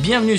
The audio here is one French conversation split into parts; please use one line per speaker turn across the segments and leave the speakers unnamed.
Bienvenue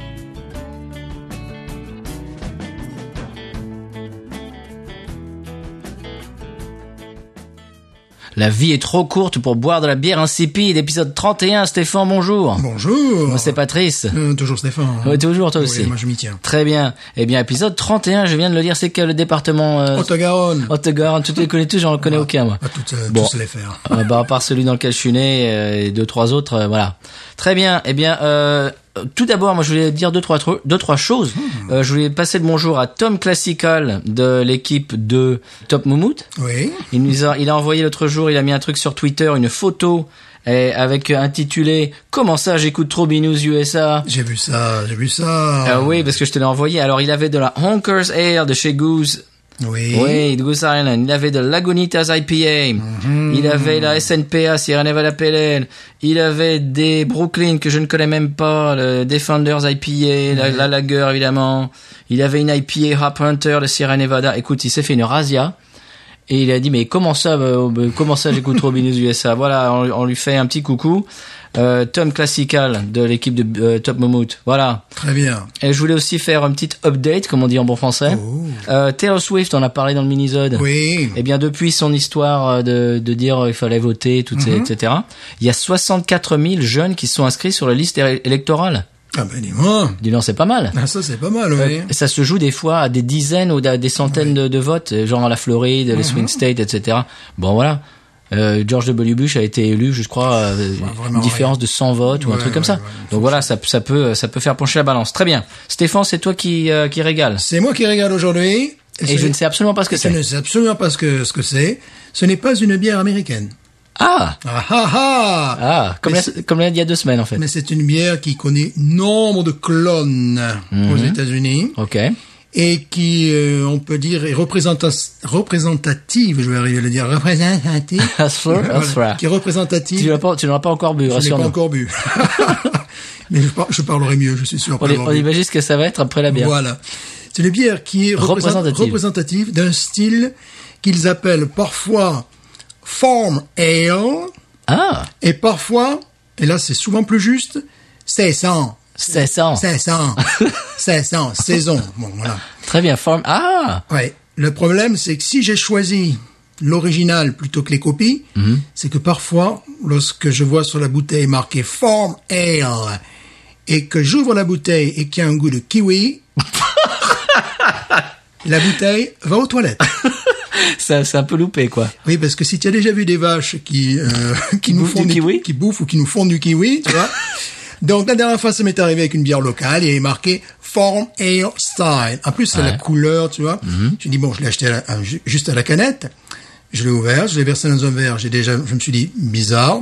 La vie est trop courte pour boire de la bière insipide. Épisode 31, Stéphane, bonjour.
Bonjour.
Moi, c'est Patrice.
Euh, toujours Stéphane. hein.
Ouais, toujours toi
Oui,
aussi.
moi je m'y tiens.
Très bien. Eh bien, épisode 31, je viens de le dire, c'est que le département... Euh,
Haute-Garonne.
Haute-Garonne, tu te les connais tous, j'en connais aucun, moi.
À toutes, euh,
Bon.
tous les faire.
Euh, bah, à part celui dans lequel je suis né euh, et deux trois autres, euh, voilà. Très bien. Eh bien, euh, tout d'abord, moi, je voulais dire deux trois tru- deux trois choses. Euh, je voulais passer le bonjour à Tom Classical de l'équipe de Top Moumout.
Oui.
Il nous a, il a envoyé l'autre jour, il a mis un truc sur Twitter, une photo euh, avec euh, intitulé Comment ça, j'écoute trop Binous USA.
J'ai vu ça, j'ai vu ça.
Euh, oui, parce que je te l'ai envoyé. Alors, il avait de la Honkers Air de chez Goose.
Oui.
Oui, de Goose Island. Il avait de Lagunitas IPA. Il avait la SNPA, Sierra Nevada Pale Ale. Il avait des Brooklyn que je ne connais même pas, le Defenders IPA, la, la Lager évidemment. Il avait une IPA Hop Hunter de Sierra Nevada. Écoute, il s'est fait une razzia. Et il a dit mais comment ça euh, euh, comment ça j'écoute Robin News USA voilà on, on lui fait un petit coucou Euh, Tom Classical de l'équipe de euh, Top Momout voilà
Très bien.
et je voulais aussi faire une petite update comme on dit en bon français
Oh.
euh, Taylor Swift, on a parlé dans le minisode.
Oui.
Eh bien, depuis son histoire euh, de, de dire euh, il fallait voter, toutes
Mhm.
ces- etc., il y a 64 000 jeunes qui sont inscrits sur la liste é- électorale.
Ah ben dis-moi.
Dis donc, c'est pas mal.
Ah, ça c'est pas mal, oui.
Ça se joue des fois à des dizaines ou à des centaines de, de votes, euh, genre à la Floride,
Mhm.
les swing states, etc. Bon, voilà. Euh, George W. Bush a été élu, je crois, euh,
vraiment
une différence de 100 votes ou un
Ouais,
truc comme
ouais,
ça.
ouais,
donc voilà, ça, ça peut, ça peut faire pencher la balance. Très bien. Stéphane, c'est toi qui, euh, qui régale.
C'est moi qui régale aujourd'hui.
Et je ne sais absolument pas ce que
je ne
c'est.
sais absolument pas ce que ce que c'est. Ce n'est pas une bière américaine.
Ah!
Ah ah ah.
Ah, comme,
Mais
la- comme la- il y a deux semaines en fait.
Mais c'est une bière qui connaît nombre de clones
Mhm.
aux États-Unis.
Ok.
et qui, euh, on peut dire, est représenta- représentative, je vais arriver à le dire, représentative,
That's right,
Voilà,
that's right.
qui est
Tu
représentative,
l'as pas, tu l'as pas encore bu,
je l'ai pas
rassure-nous.
encore bu. Mais je, par- je parlerai mieux, je suis sûr.
On,
après
est-
avoir
on
bu.
imagine ce que ça va être après la bière.
Voilà. C'est une bière qui est représent-
Représentative.
représentative d'un style qu'ils appellent parfois Farm Ale
Ah,
et parfois, et là c'est souvent plus juste, saison.
c'est ça.
Saison. Saison. Saison. Bon, voilà.
Très bien, forme. Ah,
Ouais. Le problème, c'est que si j'ai choisi l'original plutôt que les copies, c'est que parfois, lorsque je vois sur la bouteille marqué Form Ale et que j'ouvre la bouteille et qu'il y a un goût de kiwi, la bouteille va aux toilettes.
ça, c'est un peu loupé quoi.
Oui, parce que si tu as déjà vu des vaches qui euh, qui, nous
bouffent
font
du kiwi
qui bouffent ou qui nous font du kiwi, tu vois. Donc la dernière fois, ça m'est arrivé avec une bière locale et elle est marquée Form Ale Style. En plus, c'est la couleur, tu vois.
Mm-hmm.
Je dis bon, je l'ai acheté à la- à- ju- juste à la canette. Je l'ai ouvert, je l'ai versé dans un verre. J'ai déjà, je me suis dit bizarre.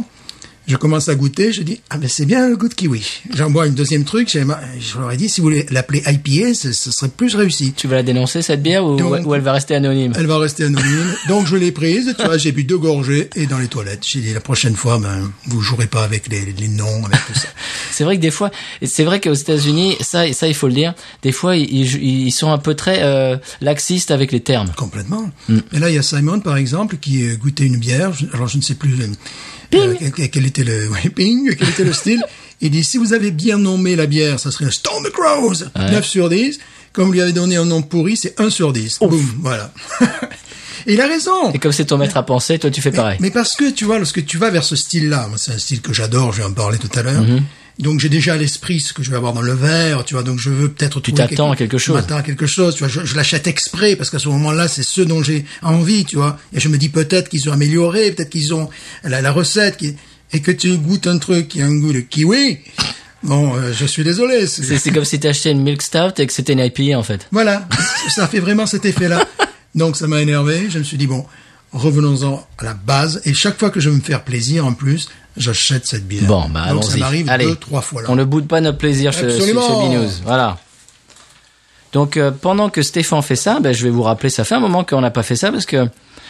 Je commence à goûter, je dis ah ben c'est bien le goût de kiwi. J'en bois une deuxième truc. j'ai ma- Je leur ai dit si vous voulez l'appeler IPA, ce, ce serait plus réussi.
Tu vas la dénoncer cette bière ou,
Donc- Euh,
ou elle va rester anonyme
Elle va rester anonyme. Donc je l'ai prise, tu vois, j'ai bu deux gorgées et dans les toilettes. J'ai dit la prochaine fois, ben, vous jouerez pas avec les, les noms, avec tout ça.
C'est vrai que des fois, et c'est vrai qu'aux États-Unis, ça, ça il faut le dire, des fois ils, ils- ils sont un peu très euh, laxistes avec les termes.
Complètement. Et là, il y a Simon, par exemple, qui euh, goûtait une bière. Je- Alors je ne sais plus euh, euh, quel, quel était le ouais, ping, quel était le style. Il dit si vous avez bien nommé la bière, ça serait un Stone the Crows, 9 sur 10. Comme vous lui avez donné un nom pourri, c'est 1 sur 10. Boum, voilà. et il a raison.
Et comme c'est ton maître à penser, toi tu fais pareil.
Mais parce que tu vois, lorsque tu vas vers ce style-là, moi, c'est un style que j'adore, je vais en parler tout à l'heure.
Mhm.
Donc j'ai déjà à l'esprit ce que je vais avoir dans le verre, tu vois. Donc je veux peut-être tu
t'attends à quelque chose.
Je m'attends à quelque chose, tu vois. Je, je l'achète exprès parce qu'à ce moment-là, c'est ce dont j'ai envie, tu vois. Et je me dis peut-être qu'ils ont amélioré, peut-être qu'ils ont la, la recette, qui... et que tu goûtes un truc qui a un goût de kiwi. Bon, euh, je suis désolé. c'est-
C'est c'est comme si t'achetais une milk stout et que c'était une IPA en fait.
voilà, ça fait vraiment cet effet-là. Donc ça m'a énervé, je me suis dit, bon, revenons-en à la base. Et chaque fois que je veux me faire plaisir, en plus, j'achète cette bière.
Bon, bah
euh, Donc ça
allons-y.
m'arrive
Allez,
deux, trois fois là.
on ne boude pas notre plaisir chez, chez,
Absolument.
chez Binous. Voilà. Donc euh, pendant que Stéphane fait ça, ben, je vais vous rappeler, ça fait un moment qu'on n'a pas fait ça parce que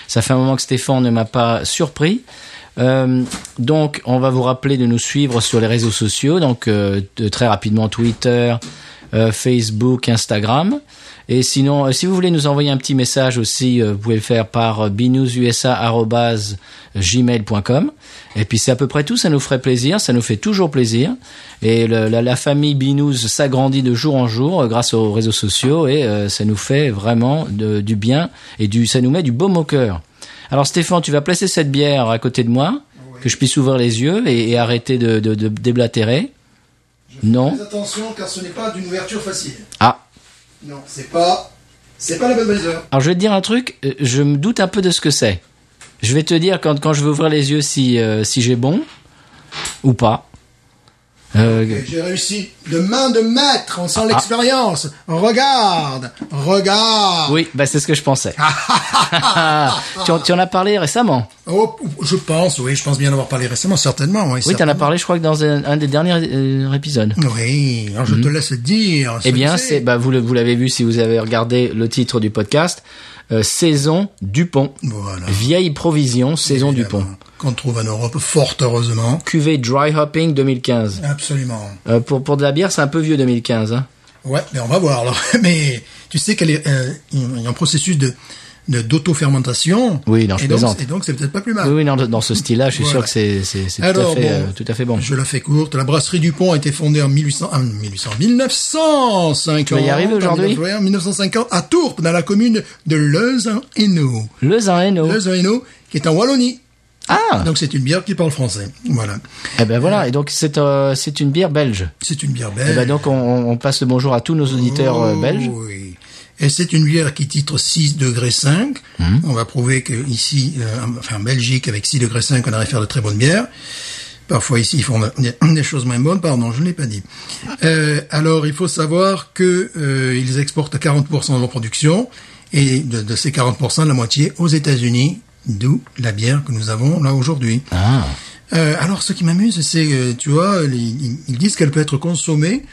ça fait un moment que Stéphane ne m'a pas surpris. Euh, donc on va vous rappeler de nous suivre sur les réseaux sociaux, donc euh, de- très rapidement Twitter, euh, Facebook, Instagram. Et sinon, euh, si vous voulez nous envoyer un petit message aussi, euh, vous pouvez le faire par euh, binoususa@gmail.com. Et puis c'est à peu près tout, ça nous ferait plaisir, ça nous fait toujours plaisir. Et le- la, la famille Binous s'agrandit de jour en jour euh, grâce aux réseaux sociaux et euh, ça nous fait vraiment de- du bien et du, ça nous met du baume au cœur. Alors Stéphane, tu vas placer cette bière à côté de moi, que je puisse ouvrir les yeux et, et arrêter de, de, de déblatérer. Non.
Faites attention car ce n'est pas d'une ouverture facile.
Ah.
Non, c'est pas. C'est pas la Budweiser.
Alors je vais te dire un truc, euh, je me doute un peu de ce que c'est. Je vais te dire quand, quand je vais ouvrir les yeux si, euh, si j'ai bon ou pas. Euh,
Et J'ai réussi de main de maître, on
Ah.
sent l'expérience. Regarde, regarde.
Oui, bah c'est ce que je pensais.
Ah.
Ah, tu, en, tu en as parlé récemment.
Oh, je pense, oui, je pense bien en avoir parlé récemment, certainement. Oui,
Oui, tu en as
certainement.
parlé, je crois que dans un, un des derniers euh, épisodes.
Oui, alors je te laisse dire. ce
Mhm. Eh
Mm. que
bien, c'est bah, vous le- vous l'avez vu si vous avez regardé le titre du podcast, euh, saison Dupont.
Voilà.
Vieille provision, saison Dupont.
Qu'on trouve en Europe, fort heureusement.
Cuvée dry hopping 2015.
Absolument.
Euh, pour pour de la bière, c'est un peu vieux 2015. hein.
Ouais, mais on va voir. Alors. Mais tu sais qu'elle est euh, il y a un processus de de- d'auto-fermentation.
Oui, non, je
et donc,
plaisante.
et donc c'est peut-être pas plus mal.
Oui, oui, non, dans ce style-là, je suis sûr
Voilà.
que c'est c'est- c'est tout, à
Alors,
fait,
bon,
euh, tout à fait bon.
Je la fais courte. La brasserie Dupont a été fondée en 1800, en 1800, 1950.
vas y arriver aujourd'hui
En 1950 à Tourpe, dans la commune de Leuze-en-Hainaut.
Le Zaino.
Leuze-en-Hainaut, qui est en Wallonie.
Ah
Donc c'est une bière qui parle français. Voilà.
Eh ben voilà, et donc c'est euh, c'est une bière belge.
C'est une bière
Eh
belge.
ben donc on, on passe le bonjour à tous nos auditeurs euh,
Oh,
belges.
Oui. Et c'est une bière qui titre 6 degrés 5.
Hmm.
On va prouver que ici, euh, en- enfin en Belgique, avec 6 degrés 5, on arrive à faire de très bonnes bières. Parfois ici, ils font des, des choses moins bonnes. Pardon, je ne l'ai pas dit. Euh, alors, il faut savoir que euh, ils exportent 40% de leur production et de, de ces 40%, la moitié aux États-Unis, d'où la bière que nous avons là aujourd'hui.
Ah,
Euh, alors, ce qui m'amuse, c'est, euh, tu vois, les- ils, ils disent qu'elle peut être consommée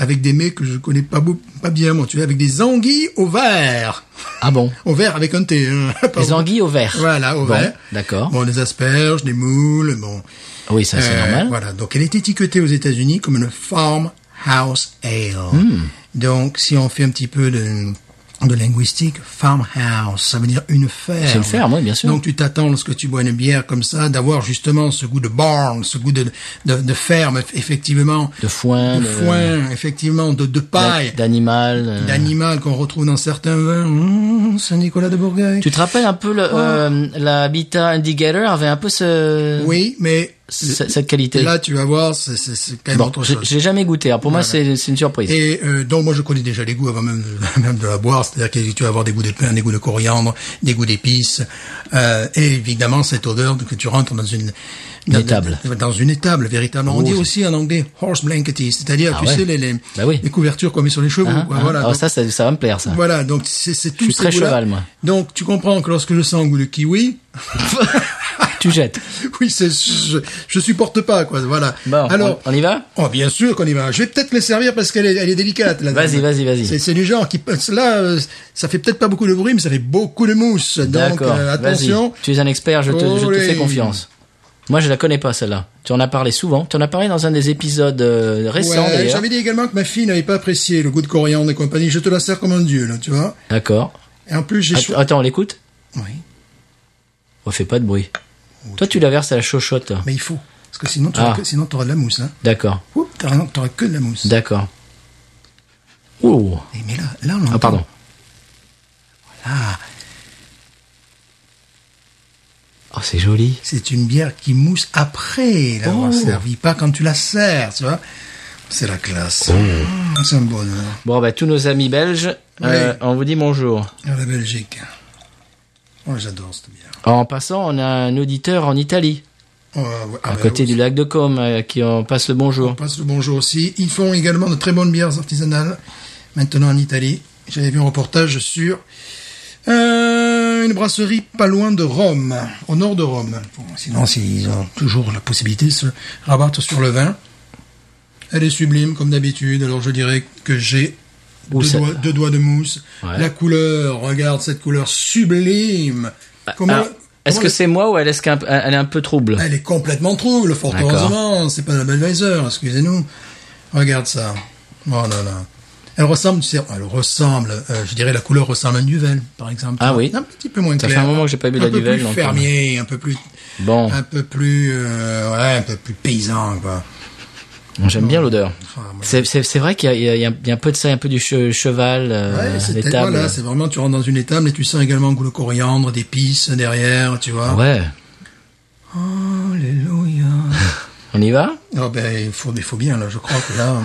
avec des mets que je connais pas, beau- pas bien, moi, tu vois, avec des anguilles au verre.
ah bon
Au verre avec un thé. hein,
Les
pardon.
anguilles au vert.
Voilà, au
Bon,
verre.
D'accord.
Bon, des asperges, des moules, bon.
Oui, ça c'est
Euh,
normal.
Voilà, donc elle est étiquetée aux États-Unis comme une farmhouse ale.
Hmm.
Donc, si on fait un petit peu de de linguistique, farmhouse, ça veut dire une ferme.
C'est une ferme, oui, bien sûr.
Donc tu t'attends lorsque tu bois une bière comme ça d'avoir justement ce goût de barn, ce goût de de, de ferme, eff- effectivement,
De foin,
de
de-
foin, effectivement, de de paille,
D'animal. euh.
d'animal qu'on retrouve dans certains vins. Mmh, Saint-Nicolas de Bourgogne.
Tu te rappelles un peu le, euh, l'habitat indicator avait un peu ce
Oui, mais
ce- cette qualité.
là tu vas voir, c'est c'est- c'est quand même
bon,
autre
j'ai-
chose.
j'ai jamais goûté. Alors pour moi, c'est c'est une surprise.
Et euh, donc moi je connais déjà les goûts avant même de, même de la boire, c'est-à-dire que tu vas avoir des goûts de pain, des goûts de coriandre, des goûts d'épices, euh, et évidemment cette odeur que tu rentres dans une dans,
Étable.
dans- dans une étable véritablement. On
Ouh.
dit aussi en anglais horse blankety, c'est-à-dire
Ah
tu
ouais.
sais les les,
Bah oui.
les couvertures qu'on met sur les chevaux.
Hein,
quoi,
hein.
voilà.
Alors
Donc,
ça, ça, ça va me plaire ça.
voilà, donc c'est c'est tout.
suis très cheval, moi.
Donc tu comprends que lorsque je sens un goût de kiwi,
Tu jettes.
oui, c'est je, je supporte pas quoi. Voilà.
Bon,
Alors
on, on y va
Oh, bien sûr qu'on y va. Je vais peut-être les servir parce qu'elle est, elle est délicate. la
Vas-y,
dame.
vas-y, vas-y.
C'est, c'est du genre qui, là, euh, ça fait peut-être pas beaucoup de bruit, mais ça fait beaucoup de mousse. Donc,
D'accord.
euh,
vas-y.
attention.
Tu es un expert, je te, je te
Olé.
fais confiance. Moi, je la connais pas celle-là. Tu en as parlé souvent. Tu en as parlé dans un des épisodes euh, récents
Ouais,
d'ailleurs.
j'avais dit également que ma fille n'avait pas apprécié le goût de coriandre et compagnie. Je te la sers comme un dieu, là, tu vois.
D'accord.
Et en plus, j'ai
Att-
choi-
Attends, on l'écoute
Oui.
On fait pas de bruit.
Oh,
Toi, tu la verses à la chochotte. là.
Mais il faut. Parce que sinon, tu
Ah.
auras, sinon, t'auras de la mousse, hein.
D'accord.
Oups, t'auras, t'auras que de la mousse.
D'accord. Oh.
Et mais là, là,
Ah,
on l'entend.
pardon.
Ah,
Oh, c'est joli.
c'est une bière qui mousse après l'avoir
Oh.
servie, pas quand tu la sers, tu vois. C'est la classe.
Oh.
Mmh, C'est un bonheur.
Bon, bah, tous nos amis belges, euh,
Oui.
on vous dit bonjour.
Ah, la Belgique. Oh, j'adore cette bière.
En passant, on a un auditeur en Italie,
Oh, ouais, ah,
à
bah,
côté
oui,
du lac de Côme, euh, qui en passe le
On
bonjour.
passe le bonjour aussi. Ils font également de très bonnes bières artisanales, maintenant en Italie. J'avais vu un reportage sur euh, une brasserie pas loin de Rome, au nord de Rome. Bon, sinon, s'ils ont toujours la possibilité de se rabattre sur le vin. Elle est sublime, comme d'habitude. Alors, je dirais que j'ai
Ouh,
deux,
ça-
doigts, deux doigts de mousse.
Ouais.
La couleur, regarde cette couleur sublime. Comment-
Bah, Alors, Est-ce
comment
que
la-
c'est moi ou elle est, qu'un- elle est un peu trouble
Elle est complètement trouble, fort
Mmh. D'accord.
heureusement. C'est pas la Budweiser, excusez-nous. Regarde ça. Oh là là. Elle ressemble, tu sais, elle ressemble, euh, je dirais la couleur ressemble à une duvel, par exemple.
Ah oui.
Un petit peu moins
Ça
clair.
fait un moment que j'ai pas bu de la
Un
Duvel,
peu plus
donc, euh,
fermier, un peu plus,
Bon,
un peu plus, euh, ouais, un peu plus paysan, quoi.
j'aime bien l'odeur.
Ah, moi,
C'est- C'est c'est vrai qu'il y, a- il y a- il y a un- il y a un peu de ça, un peu du che- cheval, euh,
Ouais,
les
c'était
tables.
voilà, c'est vraiment tu rentres dans une étable et tu sens également le goût de coriandre, d'épices derrière, tu vois.
ouais,
Alléluia.
on y va
Ah ben il faut, il faut bien là, je crois que là.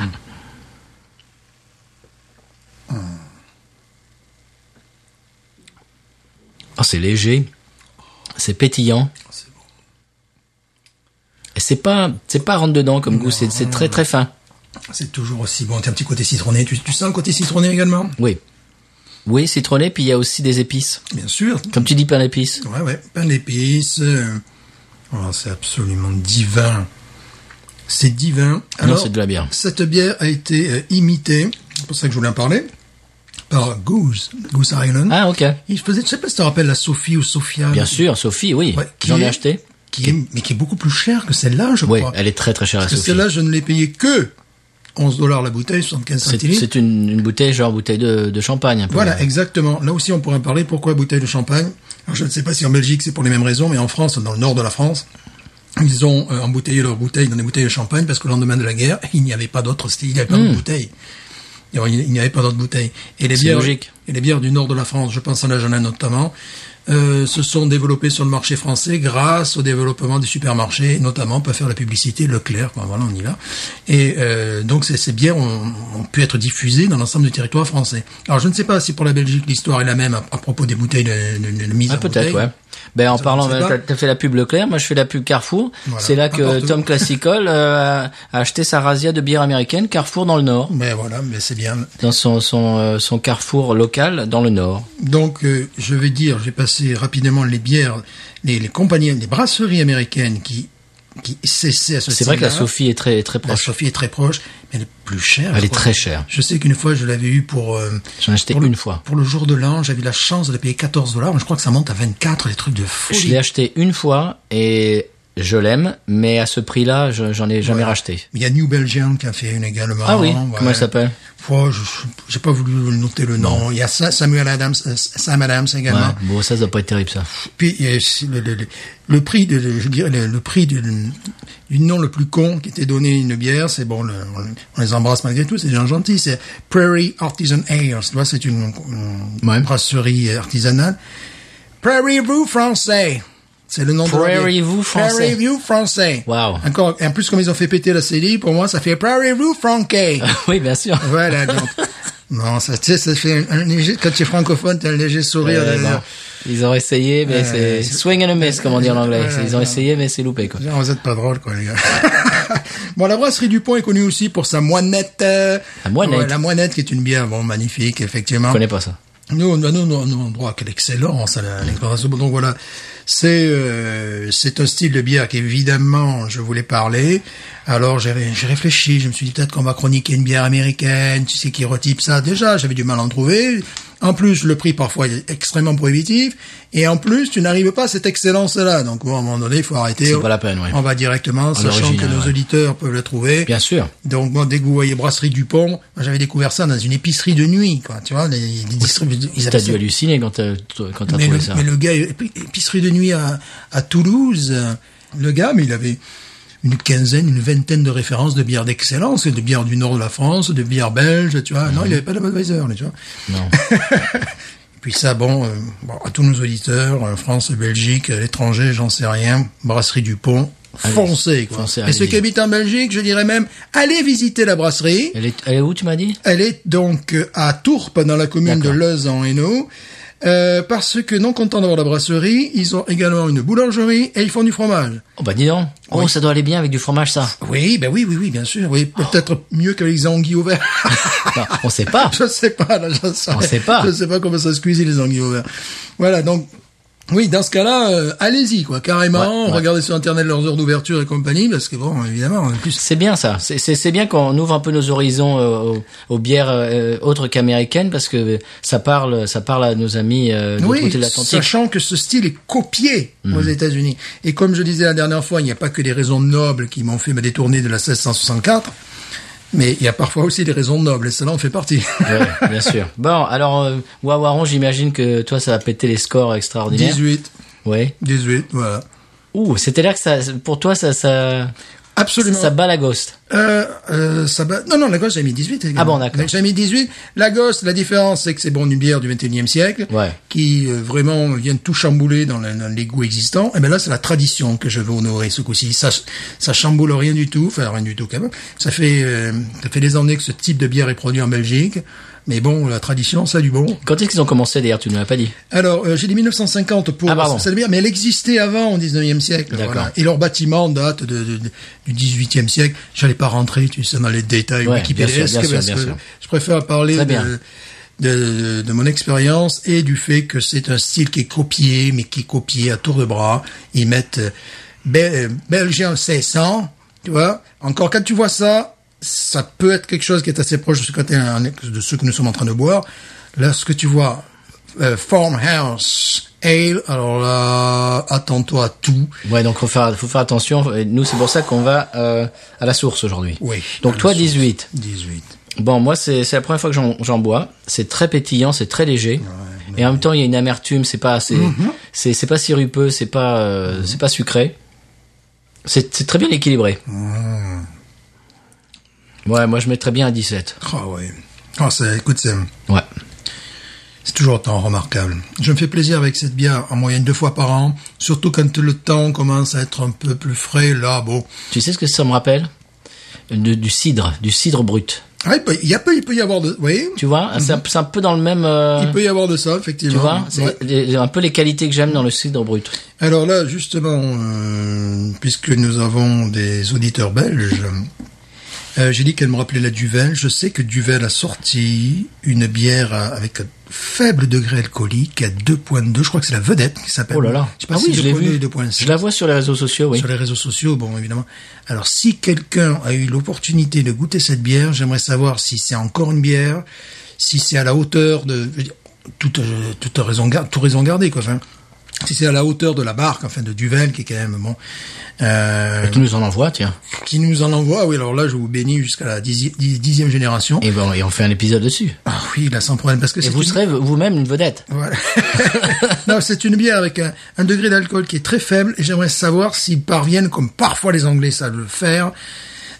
Oh, c'est léger, c'est pétillant.
Ah, c'est bon.
Et C'est pas, c'est pas rentre dedans comme goût, c'est c'est très très fin.
Ah, C'est toujours aussi bon. T'as un petit côté citronné. Tu, tu sens le côté citronné également
Oui, oui, citronné. Puis il y a aussi des épices.
Bien sûr.
Comme tu dis, pain d'épices.
Ouais, ouais. Pain d'épices. euh, oh, c'est absolument divin. C'est divin.
Non,
Alors,
c'est de la bière.
Cette bière a été euh, imitée, c'est pour ça que je voulais en parler, par Goose, Goose Island.
Ah ok.
Il faisait, je sais pas si tu te rappelles la Sophie ou Sophia.
Bien sûr, Sophie, oui.
Ouais, qui
J'en ai
est-
acheté.
Qui est, mais qui est beaucoup plus chère que celle-là, je
Oui,
crois.
elle est très très chère à
Parce que
Sophie.
celle-là, je ne l'ai payée que 11 dollars la bouteille, 75
C'est
centilitres.
c'est une, une bouteille, genre bouteille de, de champagne. Un peu.
Voilà, exactement. Là aussi, on pourrait en parler. Pourquoi bouteille de champagne Alors, Je ne sais pas si en Belgique, c'est pour les mêmes raisons, mais en France, dans le nord de la France, ils ont euh, embouteillé leurs bouteilles dans des bouteilles de champagne parce que le lendemain de la guerre, il n'y avait pas d'autres il n'y avait pas
Hmm.
d'autres bouteilles. Alors, Il n'y avait pas d'autres bouteilles. Et les
C'est
bières,
logique.
et les bières du nord de la France, je pense à la Jana notamment, euh, se sont développées sur le marché français grâce au développement des supermarchés, notamment pour faire la publicité Leclerc. Bon, voilà, on y va. Et euh, donc ces, ces bières ont, ont pu être diffusées dans l'ensemble du territoire français. Alors je ne sais pas si pour la Belgique l'histoire est la même à, à propos des bouteilles de, de, de- de mise
Ah,
en
peut-être,
bouteille.
ouais. Ben, en
Ça,
parlant,
on sait
ben, t'as
pas.
t'as fait la pub Leclerc, moi je fais la pub Carrefour.
Voilà,
C'est là que
n'importe où.
Tom Classical euh, a- a acheté sa razzia de bière américaine, Carrefour dans le Nord.
Mais voilà, mais c'est bien.
Dans son, son, euh, son Carrefour local dans le Nord.
Donc, euh, je vais dire, je vais passer rapidement les bières, les, les compagnies, les brasseries américaines qui, qui cessaient à ce
C'est vrai que la
style-là.
Sophie est très, très
La
proche.
Sophie est très proche, mais elle est plus chère.
Elle
je
est
crois.
très chère.
Je sais qu'une fois, je l'avais eu pour... euh,
J'en ai acheté
pour le-
une fois.
Pour le jour de l'an, j'avais eu la chance de la payer 14 dollars, mais je crois que ça monte à 24, des trucs de
Je
folie.
l'ai acheté une fois et je l'aime, mais à ce prix-là, je- j'en ai jamais racheté.
Il y a New Belgium qui a fait une également.
Ah oui,
ouais.
comment elle s'appelle
Oh, je- je- J'ai pas voulu noter le nom. Il y a Sa- Samuel Adams, euh, Sam Adams
Ouais,
également.
bon, ça, ça doit pas être terrible, ça.
Puis il y a aussi le, le- le- le prix de, le- je dirais le, le prix de- du nom le plus con qui était donné à une bière, c'est bon, le- on, on les embrasse malgré tout, c'est des gens gentils, c'est Prairie Artisan Ale, tu vois, c'est une, une
Ouais.
brasserie artisanale. Prairie View français, c'est le nom de la
Prairie
bière.
View français.
Prairie View français.
Waouh.
Encore, en plus comme ils ont fait péter la CDI, pour moi ça fait Prairie View franquet.
oui, bien sûr.
voilà donc. Non, ça, tu sais, ça fait un, un léger, quand tu es francophone, t'as un léger sourire.
Euh,
de-
non. Ils ont essayé, mais
Euh,
c'est
c'est-
swing and a miss, comme on dit en anglais.
Ouais,
C'est- Ils ont
ouais.
essayé, mais c'est loupé, quoi.
Genre, vous êtes pas drôle, quoi, les gars. bon, la brasserie Dupont est connue aussi pour sa moinette. euh,
La moinette.
ouais, la moinette qui est une bière, bon, magnifique, effectivement.
Je connais pas ça.
Nous, on- nous, nous, nous, on a droit à quelle excellence à la- à l'exploration. Donc voilà, c'est euh, c'est un style de bière qu'évidemment je voulais parler. Alors j'ai ré- j'ai réfléchi, je me suis dit peut-être qu'on va chroniquer une bière américaine, tu sais qui retype ça. Déjà, j'avais du mal à en trouver. En plus, le prix parfois est extrêmement prohibitif. Et en plus, tu n'arrives pas à cette excellence-là. Donc bon, à un moment donné, il faut arrêter.
C'est pas la peine, ouais.
On va directement, sachant que
original,
nos
ouais.
auditeurs peuvent le trouver.
Bien sûr.
Donc moi, dès que vous voyez Brasserie Dupont, moi, j'avais découvert ça dans une épicerie de nuit, quoi. Tu vois, les, les distributeurs. ils
T'as
avaient ça.
dû halluciner quand t'as quand t'as
mais,
trouvé
le,
ça.
mais le gars, épi- épicerie de nuit à, à Toulouse, euh, le gars, mais il avait une quinzaine, une vingtaine de références de bières d'excellence, de bières du nord de la France, de bières belges, tu vois.
Mhm.
Non, il avait pas de Budweiser, là, tu vois.
Non.
Puis ça, bon, euh, bon, à tous nos auditeurs, euh, France, Belgique, à l'étranger, j'en sais rien, brasserie du pont,
Allez,
foncez, quoi.
foncez,
Et ceux
allez-y.
qui habitent en Belgique, je dirais même, allez visiter la brasserie.
Elle est, elle est où, tu m'as dit
Elle est donc euh, à Tourpe, dans la commune de
D'accord.
Leuze en Hainaut. Euh, parce que non content d'avoir la brasserie, ils ont également une boulangerie et ils font du fromage.
Oh, bah dis donc. Oh, ça doit aller bien avec du fromage, ça.
Oui, ben oui, oui, oui, bien sûr. Oui, peut-être mieux que les anguilles au vert.
Bah, on sait pas.
je sais pas, là, je sais,
On sait pas.
Je sais pas comment ça se cuisine les anguilles au vert. Voilà, donc. Oui, dans ce cas-là, euh, allez-y, quoi, carrément.
Ouais, ouais.
Regardez sur Internet leurs heures d'ouverture et compagnie, parce que bon, évidemment, en plus,
C'est bien ça. C'est- C'est c'est bien qu'on ouvre un peu nos horizons euh, aux, aux bières euh, autres qu'américaines parce que ça parle, ça parle à nos amis euh, de l'autre
Oui,
côté de l'Atlantique.
sachant que ce style est copié aux États-Unis. Et comme je disais la dernière fois, il n'y a pas que des raisons nobles qui m'ont fait me détourner de la 1664. Mais il y a parfois aussi des raisons nobles, et cela en fait partie.
Ouais, bien sûr. Bon, alors, euh, Wawaron, j'imagine que toi, ça va péter les scores extraordinaires.
18.
Ouais.
18, voilà.
Ouh, c'était là que ça, pour toi, ça, ça,
Absolument.
ça bat la ghost.
Euh, euh, ça va- Non, non, la gosse, j'ai mis 18. également.
Ah bon, d'accord.
Donc, J'ai mis 18. La gosse, la différence, c'est que c'est bon, une bière du 21e siècle,
Ouais.
qui euh, vraiment vient tout chambouler dans, le- dans les goûts existants. Et ben là, c'est la tradition que je veux honorer ce coup-ci. Ça, ça chamboule rien du tout, enfin rien du tout quand même. Ça fait, euh, ça fait des années que ce type de bière est produit en Belgique. Mais bon, la tradition, ça a du bon.
Quand est-ce qu'ils ont commencé d'ailleurs Tu ne m'as pas dit.
Alors, euh, j'ai dit 1950 pour
Ah, pardon.
cette bière, mais elle existait avant au 19e siècle.
D'accord.
voilà. Et leur bâtiment date de, de- de- du 18e siècle. J'allais pas rentrer, tu sais, dans les détails
Ouais, bien
wikipédiesques,
sûr, bien sûr,
parce
bien
que
sûr.
je préfère parler
Très
de,
bien.
de- de mon expérience et du fait que c'est un style qui est copié, mais qui est copié à tour de bras. Ils mettent euh, Bel- euh, Belgien 600, tu vois. Encore quand tu vois ça, ça peut être quelque chose qui est assez proche de ce, côté, de ce que nous sommes en train de boire. Là, ce que tu vois, euh, Farmhouse Ale, alors là, attends-toi à tout.
Ouais, donc faut faire, faut faire attention. Et Nous, c'est pour ça qu'on va euh, à la source aujourd'hui.
Oui, à
Donc
la
toi,
source.
18.
18.
Bon, moi, c'est c'est la première fois que j'en- j'en bois. C'est très pétillant, c'est très léger. et en même temps, il y a une amertume. C'est pas, c'est,
Mm-hmm.
c'est c'est pas sirupeux, c'est pas, euh, c'est pas sucré. C'est c'est très bien équilibré.
Mm-hmm.
Ouais, moi, je mettrais bien à 17.
Ah ouais. Ah, c'est, écoute, c'est,
Ouais.
c'est toujours autant remarquable. Je me fais plaisir avec cette bière en moyenne deux fois par an, surtout quand le temps commence à être un peu plus frais. Là, bon,
Tu sais ce que ça me rappelle De- Du cidre, du cidre brut.
Ah, il, peut, il, y a peu, il peut y avoir de, vous voyez,
Tu vois, c'est un- c'est un peu dans le même. euh,
Mhm. il peut y avoir de ça, effectivement.
Tu vois, c'est
Ouais.
les- un peu les qualités que j'aime dans le cidre brut.
Alors là, justement, euh, puisque nous avons des auditeurs belges, euh, j'ai dit qu'elle me rappelait la Duvel. Je sais que Duvel a sorti une bière à- avec un faible degré alcoolique à 2.2. Je crois que c'est la vedette qui s'appelle.
Oh là là.
Ben, Je sais pas
ah
si
oui, je l'ai
2.2
vu.
et 2.7
Je la vois sur les réseaux sociaux, oui.
sur les réseaux sociaux, bon, évidemment. Alors, si quelqu'un a eu l'opportunité de goûter cette bière, j'aimerais savoir si c'est encore une bière, si c'est à la hauteur de je veux dire, toute, euh, toute raison gar- tout raison gardée, quoi. Enfin, si c'est à la hauteur de la barque, enfin, de Duvel, qui est quand même bon, euh,
Tu nous en envoies, tiens.
qui nous en envoie. Oui, alors là, je vous bénis jusqu'à la dixi- dix- dixième génération.
Et ben, et on fait un épisode dessus.
Ah oui, là, sans problème, parce que
Et
c'est
vous
une-
serez vous-même une vedette.
Voilà. non, c'est une bière avec un, un degré d'alcool qui est très faible et j'aimerais savoir s'ils parviennent, comme parfois les Anglais savent le faire,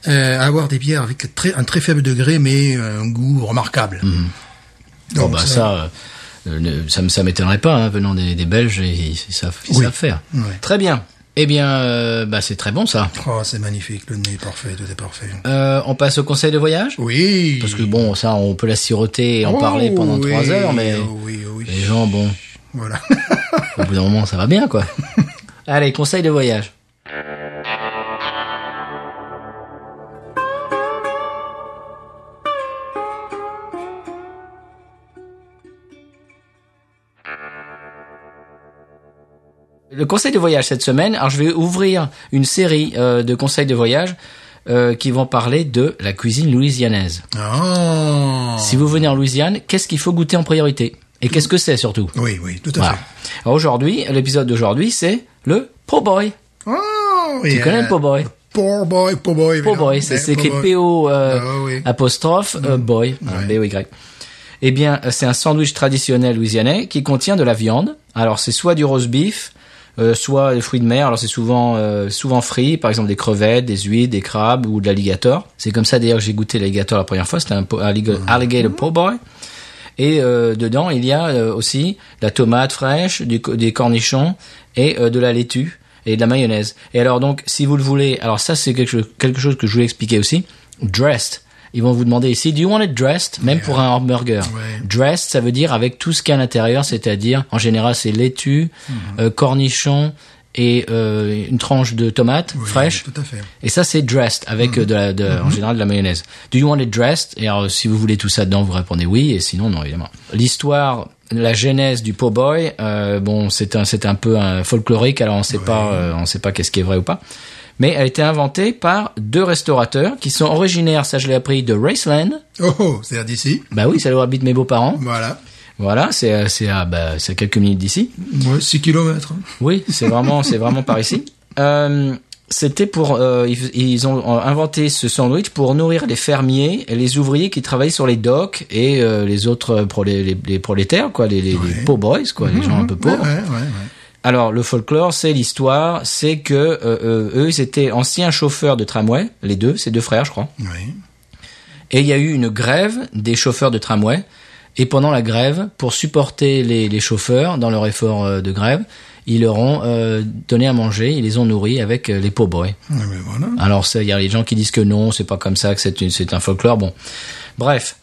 euh, à avoir des bières avec très, un très faible degré mais euh, un goût remarquable.
Bon,
Donc,
Mhm. bah,
ça-
ça, euh, ne- ça, me- ça m'étonnerait pas, hein, venant des, des Belges, ils, ils savent, ils
Oui. Mm.
savent faire.
Ouais.
Très bien. Eh bien, euh, bah, c'est très bon, ça.
Oh, c'est magnifique, le nez est parfait, tout est parfait.
Euh, on passe au conseil de voyage?
Oui.
Parce que bon, ça, on peut la siroter et en
Oh,
parler pendant
oui,
trois heures, mais
oh, oui, oh, oui.
les gens, bon,
Voilà.
au bout d'un moment, ça va bien, quoi. Allez, conseil de voyage. Le conseil de voyage cette semaine, alors je vais ouvrir une série euh, de conseils de voyage euh, qui vont parler de la cuisine louisianaise.
Ah.
Si vous venez en Louisiane, qu'est-ce qu'il faut goûter en priorité Et qu'est-ce que c'est surtout
Oui, oui, tout à
Voilà.
fait.
Alors aujourd'hui, l'épisode d'aujourd'hui, c'est le po' boy.
Oh,
Tu connais le po' boy
Poor boy, poor boy.
Po'
évidemment.
boy, c'est
Eh,
c'est
poor
écrit
boy.
P-O euh,
Ah oui. Mm.
apostrophe euh, boy, euh, B-O-Y. Eh bien, euh, c'est un sandwich traditionnel louisianais qui contient de la viande. Alors c'est soit du roast beef, euh, soit des fruits de mer. Alors c'est souvent euh, souvent frit, par exemple des crevettes, des huîtres, des crabes ou de l'alligator. C'est comme ça d'ailleurs que j'ai goûté l'alligator la première fois. C'était un po- allig-
Mm.
alligator po' boy. Et euh, dedans, il y a euh, aussi de la tomate fraîche, du co- des cornichons et euh, de la laitue et de la mayonnaise. Et alors donc, si vous le voulez, alors ça c'est quelque chose, quelque chose que je voulais expliquer aussi. Dressed. Ils vont vous demander ici, do you want it dressed Même pour un hamburger.
Ouais.
Dressed, ça veut dire avec tout ce qu'il y a à l'intérieur, c'est-à-dire en général c'est laitue,
Mhm.
euh, cornichons et euh, une tranche de tomate
Oui,
fraîche.
Tout à fait.
Et ça, c'est dressed avec euh, de la, de, en général de la mayonnaise. Do you want it dressed Et alors, si vous voulez tout ça dedans, vous répondez oui, et sinon non évidemment. L'histoire, la genèse du po' boy, euh, bon, c'est un, c'est un peu un folklorique. Alors on sait pas, euh, on sait pas qu'est-ce qui est vrai ou pas. Mais elle a été inventée par deux restaurateurs qui sont originaires, ça je l'ai appris, de Raceland.
Oh, oh c'est-à-dire d'ici.
Bah oui, ça où habitent mes beaux-parents.
Voilà.
Voilà, c'est, à- c'est à, bah, c'est à quelques minutes d'ici.
Ouais, 6 kilomètres. hein.
Oui, c'est vraiment, c'est vraiment par ici. Euh, C'était pour euh, ils, ils ont inventé ce sandwich pour nourrir les fermiers et les ouvriers qui travaillaient sur les docks et euh, les autres pro- les, les- les prolétaires quoi, les, les, les poor boys quoi, les gens un peu
Ouais,
pauvres.
Mhm. ouais, ouais, ouais.
Alors le folklore, c'est l'histoire, c'est que euh, euh, eux ils étaient anciens chauffeurs de tramway, les deux, ces deux frères je crois.
Oui.
Et il y a eu une grève des chauffeurs de tramway. Et pendant la grève, pour supporter les, les chauffeurs dans leur effort euh, de grève, ils leur ont euh, donné à manger, ils les ont nourris avec euh, les pots boys.
Ouais, Ah, mais voilà.
Alors ça, il y a les gens qui disent que non, c'est pas comme ça, que c'est une- c'est un folklore. Bon, bref,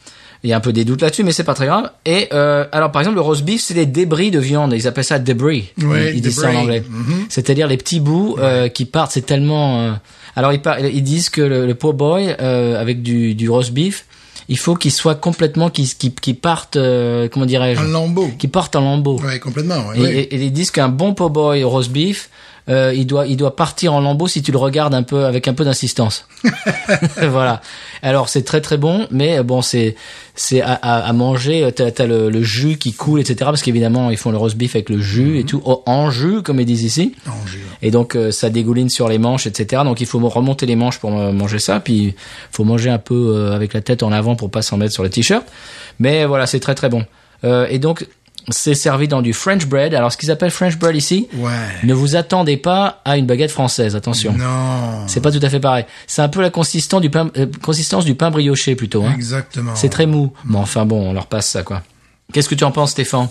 il y a un peu des doutes là-dessus, mais c'est pas très grave. Et euh, alors par exemple, le roast beef, c'est des débris de viande. Ils appellent ça debris.
Ouais,
ils, ils disent ça en
debris.
anglais.
Mhm.
C'est-à-dire les petits bouts euh, qui partent. C'est tellement. euh, Alors ils, par- ils disent que le, le po' boy euh, avec du, du roast beef, il faut qu'il soit complètement, qu'il qu'il- qu'il parte, euh, comment dirais-je,
Un lambeau.
qu'il parte en lambeaux.
Ouais, complètement. Ouais,
Et,
ouais.
et- et ils disent qu'un bon po' boy au roast beef, euh, il doit, il doit partir en lambeaux si tu le regardes un peu avec un peu d'insistance. voilà. Alors c'est très très bon, mais euh, bon c'est c'est à, à, à manger. euh, T'as t'as le, le jus qui coule, etc. Parce qu'évidemment ils font le roast beef avec le jus
Mhm.
et tout Oh, en jus comme ils disent ici.
Non, je-
Et donc euh, ça dégouline sur les manches, etc. Donc il faut remonter les manches pour euh, manger ça, puis faut manger un peu euh, avec la tête en avant pour pas s'en mettre sur le t-shirt. Mais voilà, c'est très très bon. Euh, et donc c'est servi dans du French bread. Alors ce qu'ils appellent French bread ici,
Ouais.
ne vous attendez pas à une baguette française, attention.
Non.
C'est pas tout à fait pareil. C'est un peu la consistance du pain, euh, consistance du pain brioché plutôt. Hein.
Exactement.
C'est très mou. Bon, enfin bon, on leur passe ça quoi. Qu'est-ce que tu en penses, Stéphane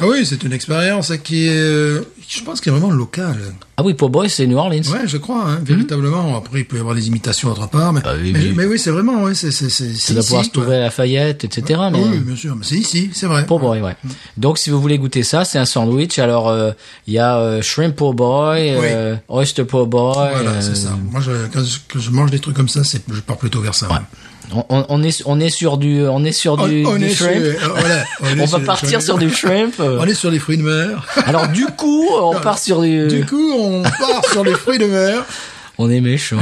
Ah oui, c'est une expérience qui est, euh, je pense, qui est vraiment locale.
Ah oui, pour Boy, c'est New Orleans.
Ouais, je crois, hein, véritablement. Après, il peut y avoir des imitations autre part, mais,
Mhm. Ah oui,
mais,
oui.
mais oui, c'est vraiment, ouais, c'est, c'est, c'est,
Ça
c'est
doit
ici.
pouvoir se
quoi.
trouver à Lafayette, etc.
Ah
Mais
oui, bien sûr, mais c'est ici, c'est vrai.
Pour boy, ouais.
Mm.
Donc si vous voulez goûter ça, c'est un sandwich. Alors euh, il y a euh, shrimp pour boy, euh, oyster pour boy.
Voilà,
euh,
c'est ça. Moi, je, quand je, que je mange des trucs comme ça, c'est, je pars plutôt vers ça. ouais.
on, on- on est on est sur du on est sur du,
on, on
du
est sur,
shrimp.
euh, voilà, on est
on
sur
va
les
partir
fruits-
sur du shrimp. euh.
On est sur les fruits de mer.
Alors du coup, on part sur du.
Du coup, on part sur les fruits de mer.
On est méchant.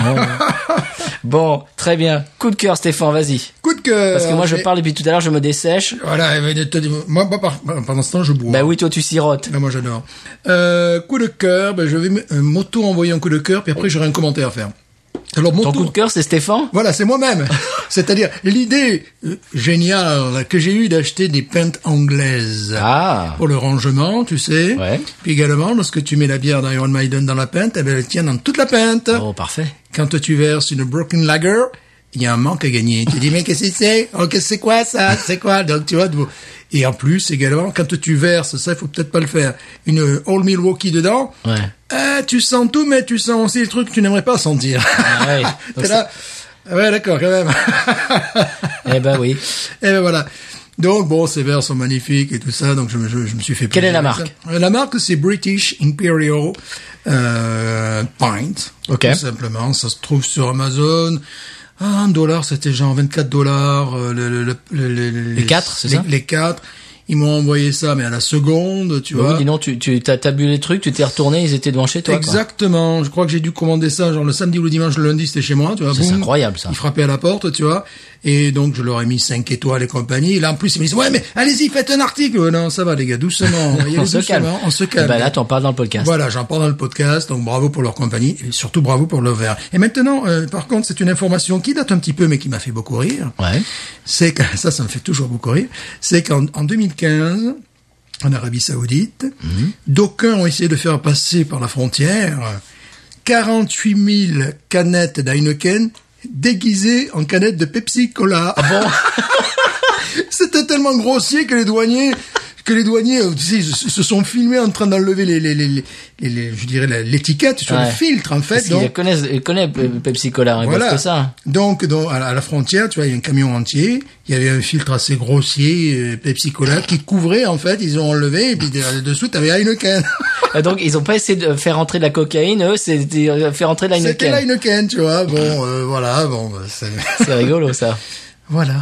bon, très bien. Coup de cœur, Stéphane, vas-y.
Coup de cœur.
Parce que moi je
Euh, Et-
parle depuis tout à l'heure, je me dessèche.
Voilà, et ben, de- de- moi, moi, par- pendant ce temps, je bois.
Bah oui, toi tu sirotes.
Ah, moi j'adore. Euh, coup de cœur, ben, je vais m- euh, m'auto-envoyer un coup de cœur, puis après j'aurai un commentaire à faire. Alors mon
Ton
tour.
coup de cœur, c'est Stéphane.
Voilà, c'est moi-même. C'est-à-dire l'idée euh, géniale que j'ai eue d'acheter des pintes anglaises.
Ah.
Pour le rangement, tu sais.
Ouais.
Puis également, lorsque tu mets la bière d'Iron Maiden dans la pinte, eh ben, elle tient dans toute la pinte.
Oh parfait.
Quand tu verses une Broken Lager, il y a un manque à gagner. Tu dis, mais qu'est-ce que c'est Oh, qu'est-ce que c'est quoi ça C'est quoi Donc, tu vois, de- et en plus, également, quand tu verses, ça, il faut peut-être pas le faire, une euh, Old Milwaukee dedans,
Ouais.
euh, tu sens tout, mais tu sens aussi le truc que tu n'aimerais pas sentir.
Ah ouais.
T'es
Donc
là, Ah ouais, d'accord, quand même.
Eh ben oui.
et ben voilà. Donc, bon, ces verres sont magnifiques et tout ça, donc je, me- je, je me suis fait plaisir.
Quelle est la
avec
marque
ça. Euh, La marque, c'est British Imperial euh, Pint.
Ok.
Tout simplement, ça se trouve sur Amazon. Ah, un dollar, c'était genre 24 dollars. euh, le, le- le- le- le- les
quatre, c'est
les-
ça
Les quatre. Ils m'ont envoyé ça, mais à la seconde, tu
Bah
vois.
oui, dis non, tu, tu t'as, t'as bu les trucs, tu t'es retourné, ils étaient devant chez toi. quoi.
Exactement. Je crois que j'ai dû commander ça genre le samedi ou le dimanche, le lundi, c'était chez moi, tu vois.
Ça,
boum.
c'est incroyable, ça.
Ils frappaient à la porte, tu vois. Et donc, je leur ai mis 5 étoiles et compagnie. Et là, en plus, ils me disent, ouais, mais allez-y, faites un article. Ouais, non, ça va, les gars, doucement. Voyez,
On se
doucement,
calme.
On se calme.
Eh ben là, t'en parles dans le podcast.
Voilà, j'en parle dans le podcast, donc bravo pour leur compagnie et surtout bravo pour leur verre. Et maintenant, euh, par contre, c'est une information qui date un petit peu mais qui m'a fait beaucoup rire.
Ouais.
C'est que ça, ça me fait toujours beaucoup rire. C'est qu'en en 2015, en Arabie Saoudite,
Mhm.
d'aucuns ont essayé de faire passer par la frontière 48 000 canettes d'Heineken déguisées en canettes de Pepsi Cola. C'était tellement grossier que les douaniers que les douaniers euh, tu sais, se se sont filmés en train d'enlever les, les, les, les, les- les- je dirais la- l'étiquette sur
Ouais.
le filtre en
Parce
fait
qu'ils
donc
la connaissent, ils connaissent Pe- Pepsi Cola, hein, ils
voilà
boivent que Eh ben, ça.
donc dans- à la- à la frontière tu vois il y a un camion entier il y avait un filtre assez grossier euh, Pepsi Cola qui couvrait en fait ils ont enlevé et puis de- dessous t'avais Heineken
Et Euh, Donc, ils ont pas essayé de faire entrer de la cocaïne, eux, c'est de faire entrer de la
c'était
Heineken.
Heineken tu vois bon euh, voilà bon bah, c'est-
C'est rigolo, ça.
Voilà.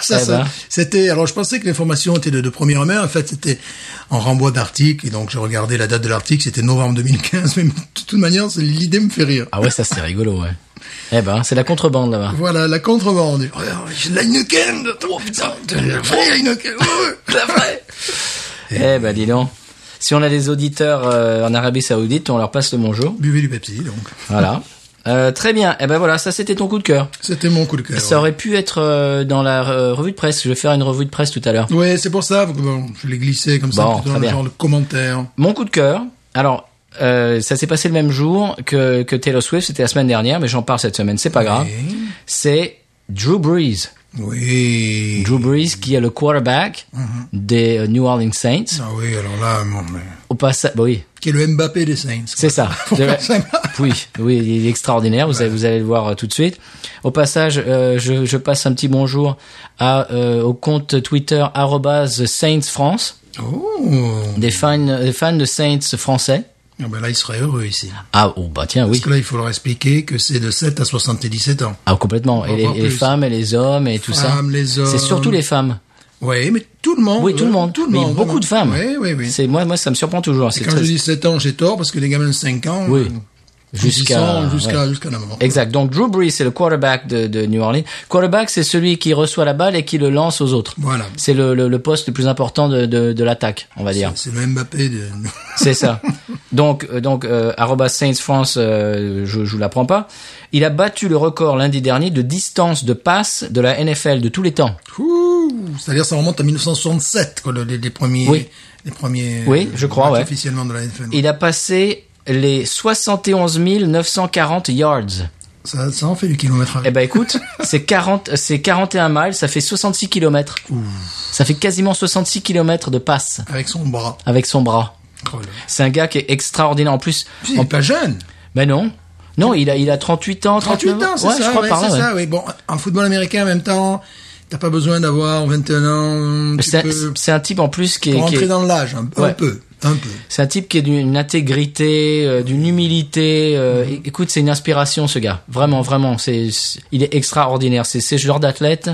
ça,
Eh
ça-
ben.
c'était. Alors, je pensais que l'information était de, de première main. En fait, c'était en renvoi d'article. Et donc, j'ai regardé la date de l'article. C'était novembre 2015. Mais de toute manière, c'est- l'idée me fait rire.
Ah ouais, ça, c'est rigolo, ouais. Eh ben, c'est la contrebande, là-bas.
Voilà, la contrebande. Oh, j'ai de la Heineken. Oh putain, de la vraie Heineken. Oh, ouais.
Eh ben, dis donc. si on a des auditeurs euh, en Arabie Saoudite, on leur passe le bonjour.
Buvez du Pepsi, donc.
Voilà. Euh, très bien. Et ben voilà, ça c'était ton coup de cœur.
C'était mon coup de cœur.
Ça aurait pu être euh, dans la euh, revue de presse. Je vais faire une revue de presse tout à l'heure.
Ouais, c'est pour ça. Bon, je l'ai glissé comme ça,
Bon,
plutôt
très
dans le
bien.
genre de commentaire.
Mon coup de cœur. Alors, euh, ça s'est passé le même jour que, que Taylor Swift. C'était la semaine dernière, mais j'en parle cette semaine. C'est pas grave. C'est Drew Brees.
Oui.
Drew Brees qui est le quarterback des euh, New Orleans Saints.
Ah oui, alors là, bon, mais...
Au passage, bah oui,
qui est le Mbappé des Saints. quoi.
C'est ça.
Pour
Je-
faire simple.
Oui, oui, il est extraordinaire. Vous, allez, vous allez le voir euh, tout de suite. Au passage, euh, je, je passe un petit bonjour à, euh, au compte Twitter arrobase Saints France,
Oh.
des fans, des fans de Saints français.
Ah ben là, il serait heureux ici.
Ah, oh, bah tiens,
Parce
oui.
que là, il faut leur expliquer que c'est de 7 à 77 ans.
Ah, complètement. Et les,
Encore
et les
plus.
femmes et les hommes et tout ça.
Femmes, les
C'est
hommes.
surtout les femmes.
Oui, mais tout le monde.
Oui, tout le
euh,
monde.
Tout le
Mais
monde.
beaucoup de femmes.
Oui, oui, oui.
C'est moi, moi, ça me surprend toujours. C'est
Quand
très-
je dis 7 ans, j'ai tort parce que les gamins de 5 ans.
Oui.
euh, ils y
Jusqu'à.
sont
ouais.
Jusqu'à jusqu'à la mort.
Exact. Donc Drew Brees, c'est le quarterback de, de New Orleans. Quarterback, c'est celui qui reçoit la balle et qui le lance aux autres.
Voilà.
C'est le, le, le poste le plus important de, de, de l'attaque, on va dire.
C'est le Mbappé de.
C'est ça. Donc, euh, donc euh, arobase Saints France, euh, je ne vous l'apprends pas. Il a battu le record lundi dernier de distance de passe de la NFL de tous les temps.
Ouh, C'est-à-dire, ça remonte à 1967, quoi, le- les, les premiers.
Oui.
Les premiers.
Oui,
euh,
je crois,
matchs
ouais.
Officiellement de la NFL.
Il a passé les 71 940 yards.
Ça, ça en fait du kilométrage.
Eh ben écoute, c'est 40, c'est 41 miles, ça fait 66 kilomètres. Ça fait quasiment 66 kilomètres de passe
Avec son bras.
avec son bras.
Oh là là.
C'est un gars qui est extraordinaire. En plus,
Puis, il est pas jeune.
ben non. Non, il a, il a 38 ans,
38
39
ans, c'est
Ouais,
ça,
je crois
ouais,
par là,
c'est
ouais.
ça, oui. Bon, en football américain, en même temps, t'as pas besoin d'avoir 21 ans, tu
C'est
peux
c'est un type en plus qui
pour
est, qui
entrer
est-
dans l'âge, un, un
Ouais.
peu, un peu.
c'est un type qui est d'une intégrité, euh, d'une humilité. euh, é- Écoute, c'est une inspiration ce gars. Vraiment, vraiment, c'est c'est- il est extraordinaire. C'est c'est ce genre d'athlète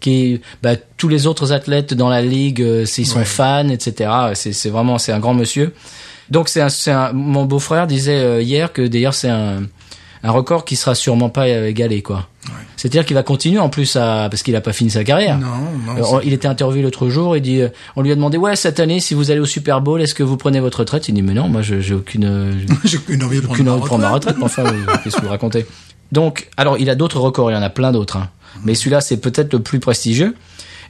qui bah, tous les autres athlètes dans la ligue, euh, c'est- ils sont
Ouais.
fans, etc. C'est c'est vraiment c'est un grand monsieur. Donc c'est un, c'est un- mon beau-frère disait euh, hier que d'ailleurs c'est un un record qui sera sûrement pas euh, égalé quoi. C'est-à-dire qu'il va continuer en plus à parce qu'il a pas fini sa carrière.
Non, non.
Euh,
c'est-
on- il était interviewé l'autre jour, il dit, euh, on lui a demandé, ouais, cette année, si vous allez au Super Bowl, est-ce que vous prenez votre retraite Il dit, mais non, moi, je- j'ai aucune, euh, j'ai
J'ai aucune envie de prendre,
aucune
ma
envie de prendre ma
retraite.
retraite, mais enfin, euh, qu'est-ce que vous racontez Donc, alors, il a d'autres records, il en a plein d'autres, hein. mais celui-là, c'est peut-être le plus prestigieux.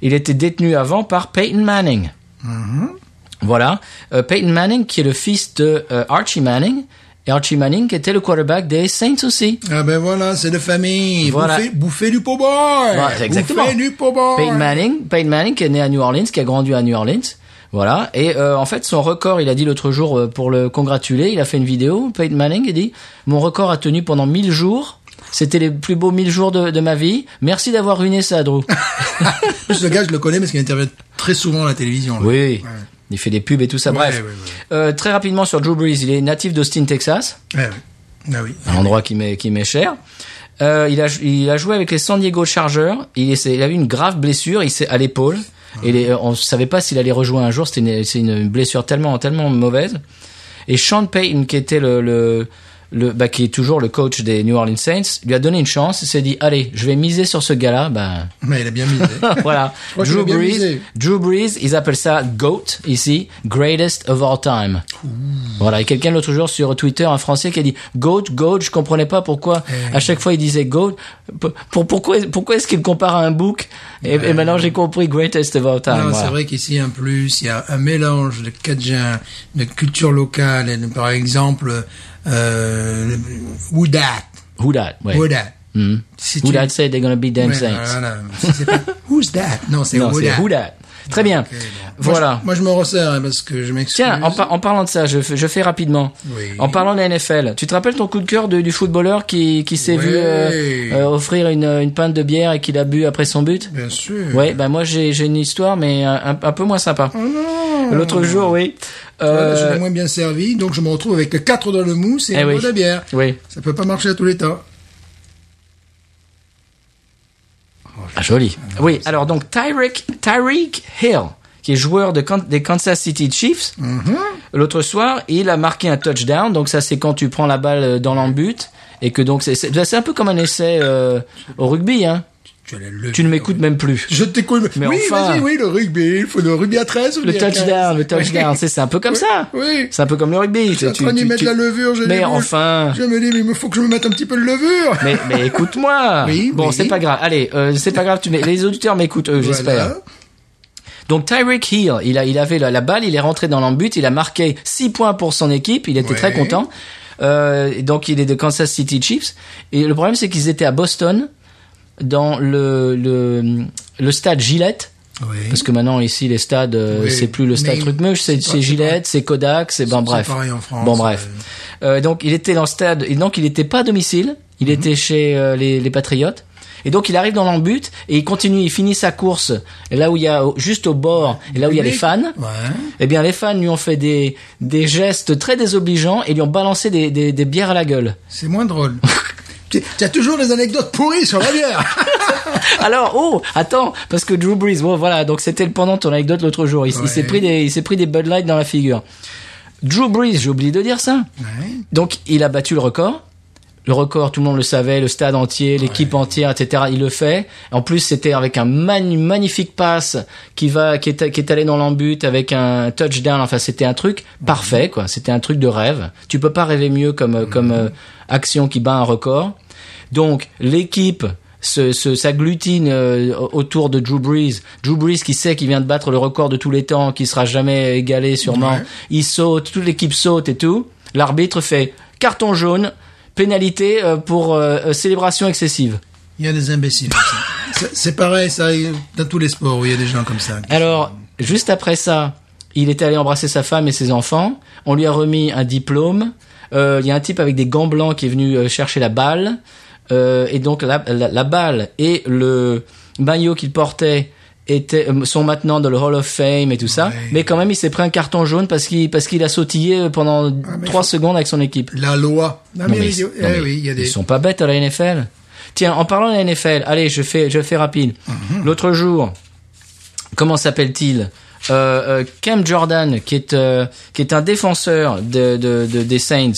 Il était détenu avant par Peyton Manning.
Mhm.
Voilà. Euh, Peyton Manning, qui est le fils de euh, Archie Manning, et Archie Manning, qui était le quarterback des Saints aussi.
Ah ben voilà, c'est de famille.
Voilà.
Bouffez, bouffez du po-boy.
Ouais, c'est exactement.
Bouffez du po-boy.
Peyton Manning, Peyton Manning qui est né à New Orleans, qui a grandi à New Orleans. Voilà. Et euh, en fait, son record, il a dit l'autre jour euh, pour le congratuler, il a fait une vidéo. Peyton Manning il dit mon record a tenu pendant 1000 jours. C'était les plus beaux 1000 jours de, de ma vie. Merci d'avoir ruiné ça, Drew.
Ce gars, je le connais parce qu'il intervient très souvent à la télévision. là.
oui.
Ouais.
Il fait des pubs et tout ça.
Ouais,
Bref.
ouais, ouais.
Euh, très rapidement sur Drew Brees, il est natif d'Austin, Texas.
Ouais, ouais. Ah oui.
un endroit qui m'est qui m'est cher. Euh, il a il a joué avec les San Diego Chargers. Il, s'est- il a eu une grave blessure. Il s'est à l'épaule. Et les- euh, on savait pas s'il allait rejouer un jour. C'était une, c'est une blessure tellement tellement mauvaise. Et Sean Payton, qui était le, le, le- bah, qui est toujours le coach des New Orleans Saints, lui a donné une chance. Il s'est dit allez, je vais miser sur ce gars-là. Bah
Mais il a bien misé.
voilà.
crois qu'il
Drew
a bien
Brees,
misé.
Drew Brees, ils appellent ça GOAT ici, greatest of all time. Voilà, et quelqu'un l'autre jour sur Twitter, un français qui a dit GOAT, GOAT, je comprenais pas pourquoi
Eh
à chaque fois il disait GOAT, P- pour, pourquoi, pourquoi est-ce qu'il le compare à un book et, et maintenant j'ai compris greatest of all time.
Eh Non,
voilà.
C'est vrai qu'ici, en plus, il y a un mélange de Cajun, de culture locale, et de, par exemple, euh, Woodat.
Who that? Ouais.
Woodat.
Hmm.
Si
Who
tu-
that said they're gonna beat them
Ouais,
Saints.
voilà. Si c'est pas Who's that? Non, c'est
Non, c'est
Woodat.
Who that. Très bien. Voilà.
Moi, je moi, je me resserre hein, parce que je m'excuse.
Tiens, en, par- en parlant de ça, je, fais- je fais rapidement.
Oui.
En parlant de la NFL, tu te rappelles ton coup de cœur de- du footballeur qui, qui s'est
Oui.
vu euh, euh, offrir une, une pinte de bière et qu'il a bu après son but
Bien sûr.
Ouais, bah moi j'ai j'ai une histoire, mais un, un- un peu moins sympa. L'autre jour, oui.
Voilà, Oh je
Euh,
l'ai moins bien servi, donc je me retrouve avec 4 dans le mousse et
Eh
un
oui.
pot de bière.
oui.
Ça peut pas marcher à tous les temps.
Ah, joli. Oui, alors donc Tyreek, Tyreek Hill, qui est joueur de Kan- des Kansas City Chiefs, l'autre soir, il a marqué un touchdown. Donc ça, c'est quand tu prends la balle euh, dans l'embut et que donc c'est- c'est c'est un peu comme un essai euh, au rugby, hein.
Tu, allais le
Tu ne m'écoutes même plus.
Je t'écoute.
Mais
oui,
enfin.
vas-y, oui, le rugby, il faut le rugby à 13 ou
Le
bien à 15.
touchdown, le touchdown,
Oui.
c'est c'est un peu comme ça.
Oui.
C'est un peu comme le rugby.
Je suis en train d'y mettre la levure, je
Mais
l'ai vu.
enfin.
Je me dis, mais il faut que je me mette un petit peu de levure.
Mais, mais écoute-moi.
Oui,
bon,
oui.
c'est pas grave. Allez, euh, c'est pas grave. Tu mets- les auditeurs m'écoutent eux, j'espère.
Voilà.
Donc Tyreek Hill, il a, il avait la, la balle, il est rentré dans l'embut, il a marqué 6 points pour son équipe, il était
Ouais.
très content. Euh, et donc il est de Kansas City Chiefs. Et le problème c'est qu'ils étaient à Boston, dans le, le, le stade Gillette.
Oui.
Parce que maintenant ici les stades, euh,
Oui.
c'est plus le stade
Mais
truc mûche, c'est
c'est pas-
c'est
c'est
Gillette, c'est Kodak, c'est bon
c'est
bref.
pareil en France,
bon bref. Euh, donc il était dans le stade, et donc il n'était pas à domicile, il
Mhm.
était chez euh, les, les Patriotes. Et donc il arrive dans l'embut et il continue, il finit sa course et là où il y a au- juste au bord et là où il y a les fans.
Ouais.
Eh bien les fans lui ont fait des des gestes très désobligeants et lui ont balancé des des, des bières à la gueule.
C'est moins drôle. tu tu as toujours des anecdotes pourries sur la bière.
Alors oh attends parce que Drew Brees bon voilà donc c'était le pendant de ton anecdote l'autre jour il, il
Ouais.
s'est pris des il s'est pris des Bud Light dans la figure. Drew Brees j'ai oublié de dire ça.
Ouais.
Donc, il a battu le record. Le record, tout le monde le savait, le stade entier, l'équipe entière, etc. Il le fait. En plus, c'était avec un mani- magnifique pass qui va, qui est, qui est allé dans l'embut avec un touchdown. Enfin, c'était un truc parfait, quoi. C'était un truc de rêve. Tu peux pas rêver mieux comme, euh, comme euh, action qui bat un record. Donc, l'équipe se, se- s'agglutine euh, autour de Drew Brees. Drew Brees qui sait qu'il vient de battre le record de tous les temps, qui sera jamais égalé sûrement.
Ouais.
Il saute, toute l'équipe saute et tout. L'arbitre fait carton jaune, pénalité euh, pour euh, euh, célébration excessive.
Il y a des imbéciles. comme ça. C'est- C'est pareil, ça, il- dans tous les sports où il y a des gens comme ça.
Alors, juste après ça, il est allé embrasser sa femme et ses enfants. On lui a remis un diplôme. Euh, Il y a un type avec des gants blancs qui est venu euh, chercher la balle. Euh, et donc, la, la- la balle et le maillot qu'il portait étaient, euh, sont maintenant dans le Hall of Fame et tout ça.
Ouais.
Mais quand même, il s'est pris un carton jaune parce qu'il parce qu'il a sautillé pendant
Ah, mais
trois
faut-
seconde avec son équipe.
La loi. Non,
Non, mais
il y a-
ils- non,
eh
mais
oui, il y a
ils
des.
sont pas bêtes à la NFL. Tiens, en parlant de la NFL, allez, je fais, je fais rapide.
Mhm.
L'autre jour, comment s'appelle-t-il Euh, euh, Cam Jordan, qui est, euh, qui est un défenseur de, de- de- des Saints.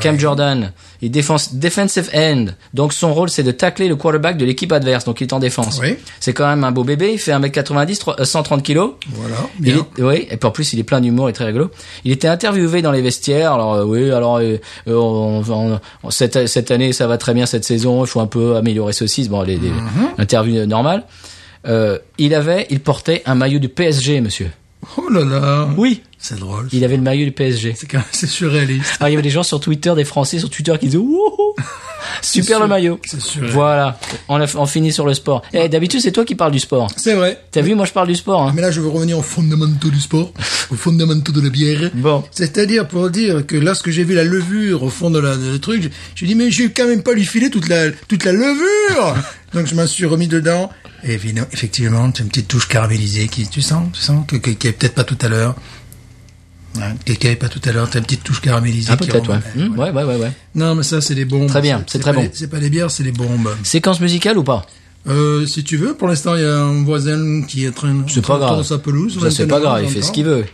Cam
Ouais.
Jordan, il est défense, defensive end. Donc son rôle, c'est de tacler le quarterback de l'équipe adverse. Donc il est en défense.
Oui.
C'est quand même un beau bébé. Il fait 1m90, trois- euh, 130 kilos.
Voilà.
Il
bien.
est- oui, et puis en plus il est plein d'humour et très rigolo. Il était interviewé dans les vestiaires. Alors euh, oui, alors euh, euh, on- on- on- cette, cette année ça va très bien cette saison. Il faut un peu améliorer ceci. Bon, les, les
Mhm.
interviews normales. Euh, il avait, il portait un maillot du PSG, monsieur.
Oh là là.
Oui,
C'est drôle.
il avait le maillot du PSG.
C'est quand même- c'est surréaliste.
Alors, Ah, il y avait des gens sur Twitter, des Français sur Twitter qui disaient Wouhou super
sûr,
le maillot.
c'est sûr.
Voilà, on, a, on finit sur le sport. Eh, d'habitude c'est toi qui parles du sport.
C'est vrai.
T'as vu, moi je parle du sport. hein.
Mais là, je veux revenir aux fondamentaux du sport, aux fondamentaux de la bière.
Bon.
C'est-à-dire pour dire que lorsque j'ai vu la levure au fond de la de le truc, je, je dis mais j'ai quand même pas lui filé toute la toute la levure. Donc je m'en suis remis dedans. Et évidemment- effectivement, c'est une petite touche caramélisée qui tu sens, tu sens que que- qu'il y avait peut-être pas tout à l'heure. Ouais, qu'il y avait pas tout à l'heure, t'as une petite touche caramélisée.
Ah
qui
peut-être ouais.
remonte.
Hmm, ouais, ouais, ouais, ouais.
Non, mais ça c'est des bombes.
Très bien, c'est très
pas
bon.
des- C'est pas des bières, c'est des bombes.
Séquence musicale ou pas
Euh, si tu veux, pour l'instant, il y a un voisin qui est en train
C'est pas grave.
sa pelouse.
Ça, c'est pas grave, il fait ce qu'il veut.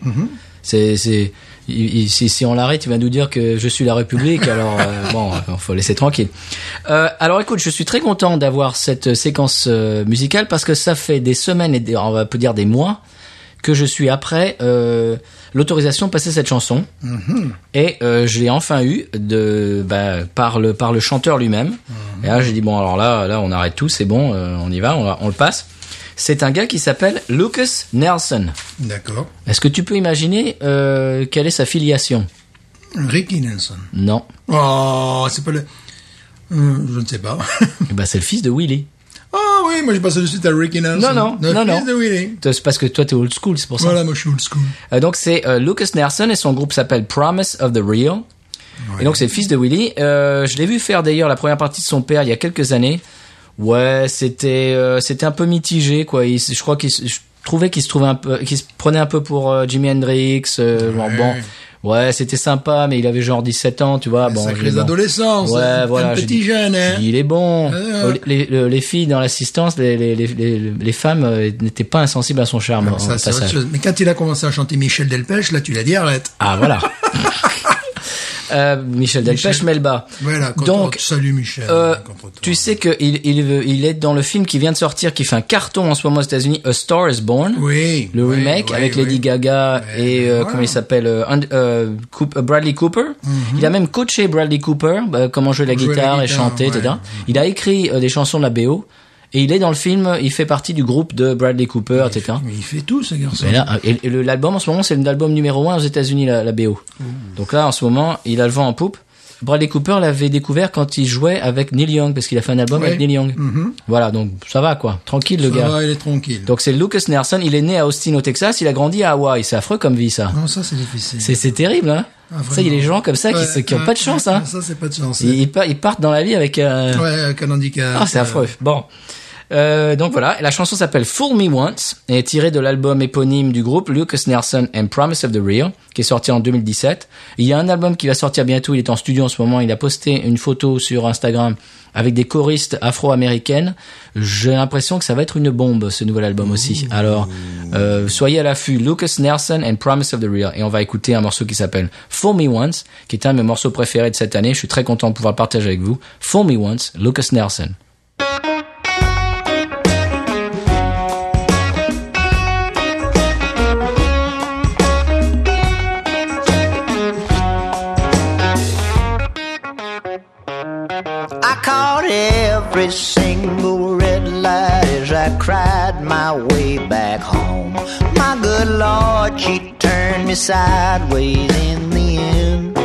C'est, c'est, il- il- si, si on l'arrête, il va nous dire que je suis la République. alors euh, bon, euh, faut laisser tranquille. Euh, alors écoute, je suis très content d'avoir cette séquence euh, musicale parce que ça fait des semaines et des, on va peut dire des mois que je suis après euh, l'autorisation de passer cette chanson
Mhm.
et euh, je l'ai enfin eu de bah, par le par le chanteur lui-même. Et là j'ai dit bon alors là là on arrête tout, c'est bon, euh, on y va, on, on le passe. C'est un gars qui s'appelle Lucas Nelson.
D'accord.
Est-ce que tu peux imaginer euh, quelle est sa filiation
Ricky Nelson.
Non.
Oh, c'est pas le. Hum, Je ne sais pas.
Eh ben, c'est le fils de Willy.
Ah oui, moi j'ai passé de suite à Ricky Nelson.
Non, non,
Le
non, non.
fils de Willy.
C'est parce que toi t'es old school, c'est pour ça.
Voilà, moi je suis old school.
Euh, donc c'est euh, Lucas Nelson et son groupe s'appelle Promise of the Real. Et donc c'est le fils de Willy. Euh, je l'ai vu faire d'ailleurs la première partie de son père il y a quelques années. Ouais, c'était euh, c'était un peu mitigé quoi. Il s- je crois qu'il s- je trouvais qu'il se trouvait un peu qu'il se prenait un peu pour euh, Jimi Hendrix. euh, genre, bon, ouais, c'était sympa, mais il avait genre 17 ans, tu vois. Ah Bon,
Sacrés
je- bon.
adolescents.
Ouais,
hein.
voilà,
Un
j'ai
petit
dit-
jeune, hein.
Il est bon.
Ouais, ouais.
Oh, Les, les- les filles dans l'assistance, les, les, les, les, les femmes euh, n'étaient pas insensibles à son charme.
Donc,
au
ça, c'est
passage.
autre chose. Mais quand il a commencé à chanter Michel Delpech, là tu l'as dit, arrête.
Ah voilà. Ah, Euh, Michel Delpech,
Michel-
Melba.
Voilà, contre
Donc,
autre. salut Michel. hein,
euh,
contre autre.
tu sais que il, il, veut- il est dans le film qui vient de sortir, qui fait un carton en ce moment aux États-Unis, A Star Is Born.
oui,
Le
oui,
remake
oui,
avec
oui.
Lady Gaga
Ouais,
et euh,
voilà.
comment il s'appelle euh, And- euh, Coop- euh, Bradley Cooper. Il a même coaché Bradley Cooper bah, comment jouer la,
Jouer la
guitare et
guitare,
chanter,
ouais.
etc. Il a écrit euh, des chansons de la BO et il est dans le film. Il fait partie du groupe de Bradley Cooper, etc.
Mais il fait tout ce garçon.
Et là, euh, et- et le- l'album en ce moment, c'est l'album numéro un aux États-Unis, la, la BO. Donc là, en ce moment, il a le vent en poupe. Bradley Cooper l'avait découvert quand il jouait avec Neil Young, parce qu'il a fait un album
Ouais. Mhm.
avec Neil Young. Voilà, donc ça va quoi, tranquille le
Ça
gars.
va, il est tranquille.
Donc c'est Lucas Nelson, il est né à Austin au Texas, il a grandi à Hawaï, c'est affreux comme vie ça.
non, ça c'est difficile.
C'est c'est terrible hein.
Ah,
ça il y a des gens comme ça qui
Ouais,
se- qui ont
ouais,
pas de chance
ouais,
hein.
Ça c'est pas de chance.
Ils, ils pa- ils partent dans la vie avec euh,
Ouais, avec un handicap.
ah, c'est
euh,
affreux. Bon. Euh, donc voilà, la chanson s'appelle Fool Me Once et est tirée de l'album éponyme du groupe Lucas Nelson and Promise of the Real qui est sorti en 2017. Il y a un album qui va sortir bientôt, il est en studio en ce moment, il a posté une photo sur Instagram avec des choristes afro-américaines. J'ai l'impression que ça va être une bombe ce nouvel album aussi. Alors euh, soyez à l'affût, Lucas Nelson and Promise of the Real et on va écouter un morceau qui s'appelle Fool Me Once qui est un de mes morceaux préférés de cette année. Je suis très content de pouvoir le partager avec vous. Fool Me Once, Lucas Nelson.
I caught every single red light as I cried my way back home. My good Lord, she turned me sideways in the end.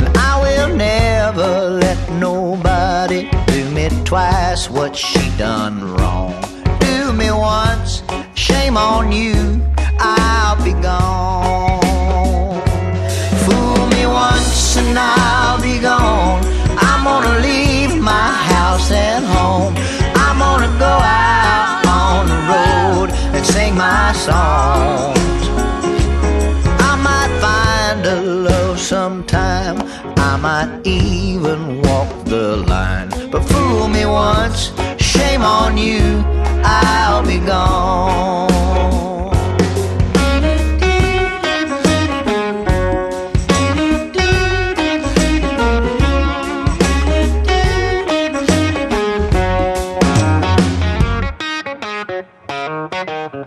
And I will never let nobody do me twice what she done wrong. Do me once, shame on you, I'll be gone. Fool me once and I'll be gone. I'm gonna leave my house and home. I'm gonna go out on the road and sing my songs. I might find a love sometime. I might even walk the line. But fool me once, shame on you, I'll be gone.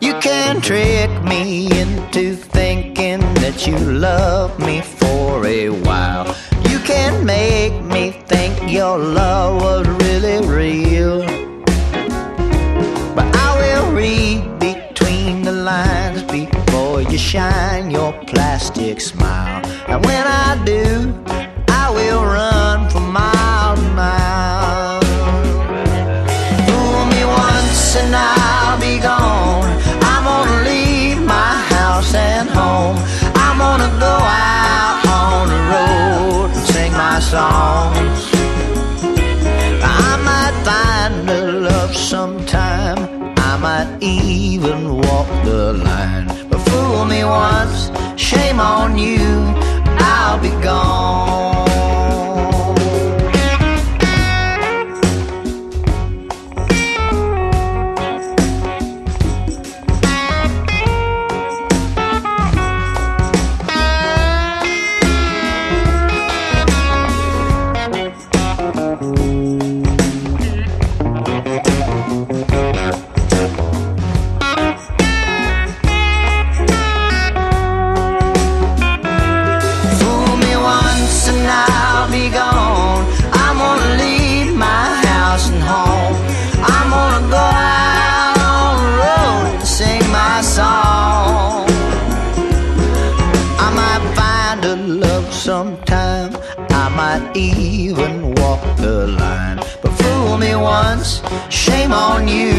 You can trick me into thinking that you love me for a while. You can make me think your love was really real. But I will read between the lines before you shine your plastic smile. And when I do, I will run for miles and miles. Fool me once and I'll be gone. I'm gonna leave my house and home. I'm gonna go out on the road and sing my songs. I might find a love sometime. I might even walk the line. But fool me once, shame on you. I'll be gone. Fool me once and I'll be gone. I'm gonna leave my house and home. I'm gonna go out on the road and sing my song. I might find a love sometime. I might even walk the line. But fool me once, shame on you.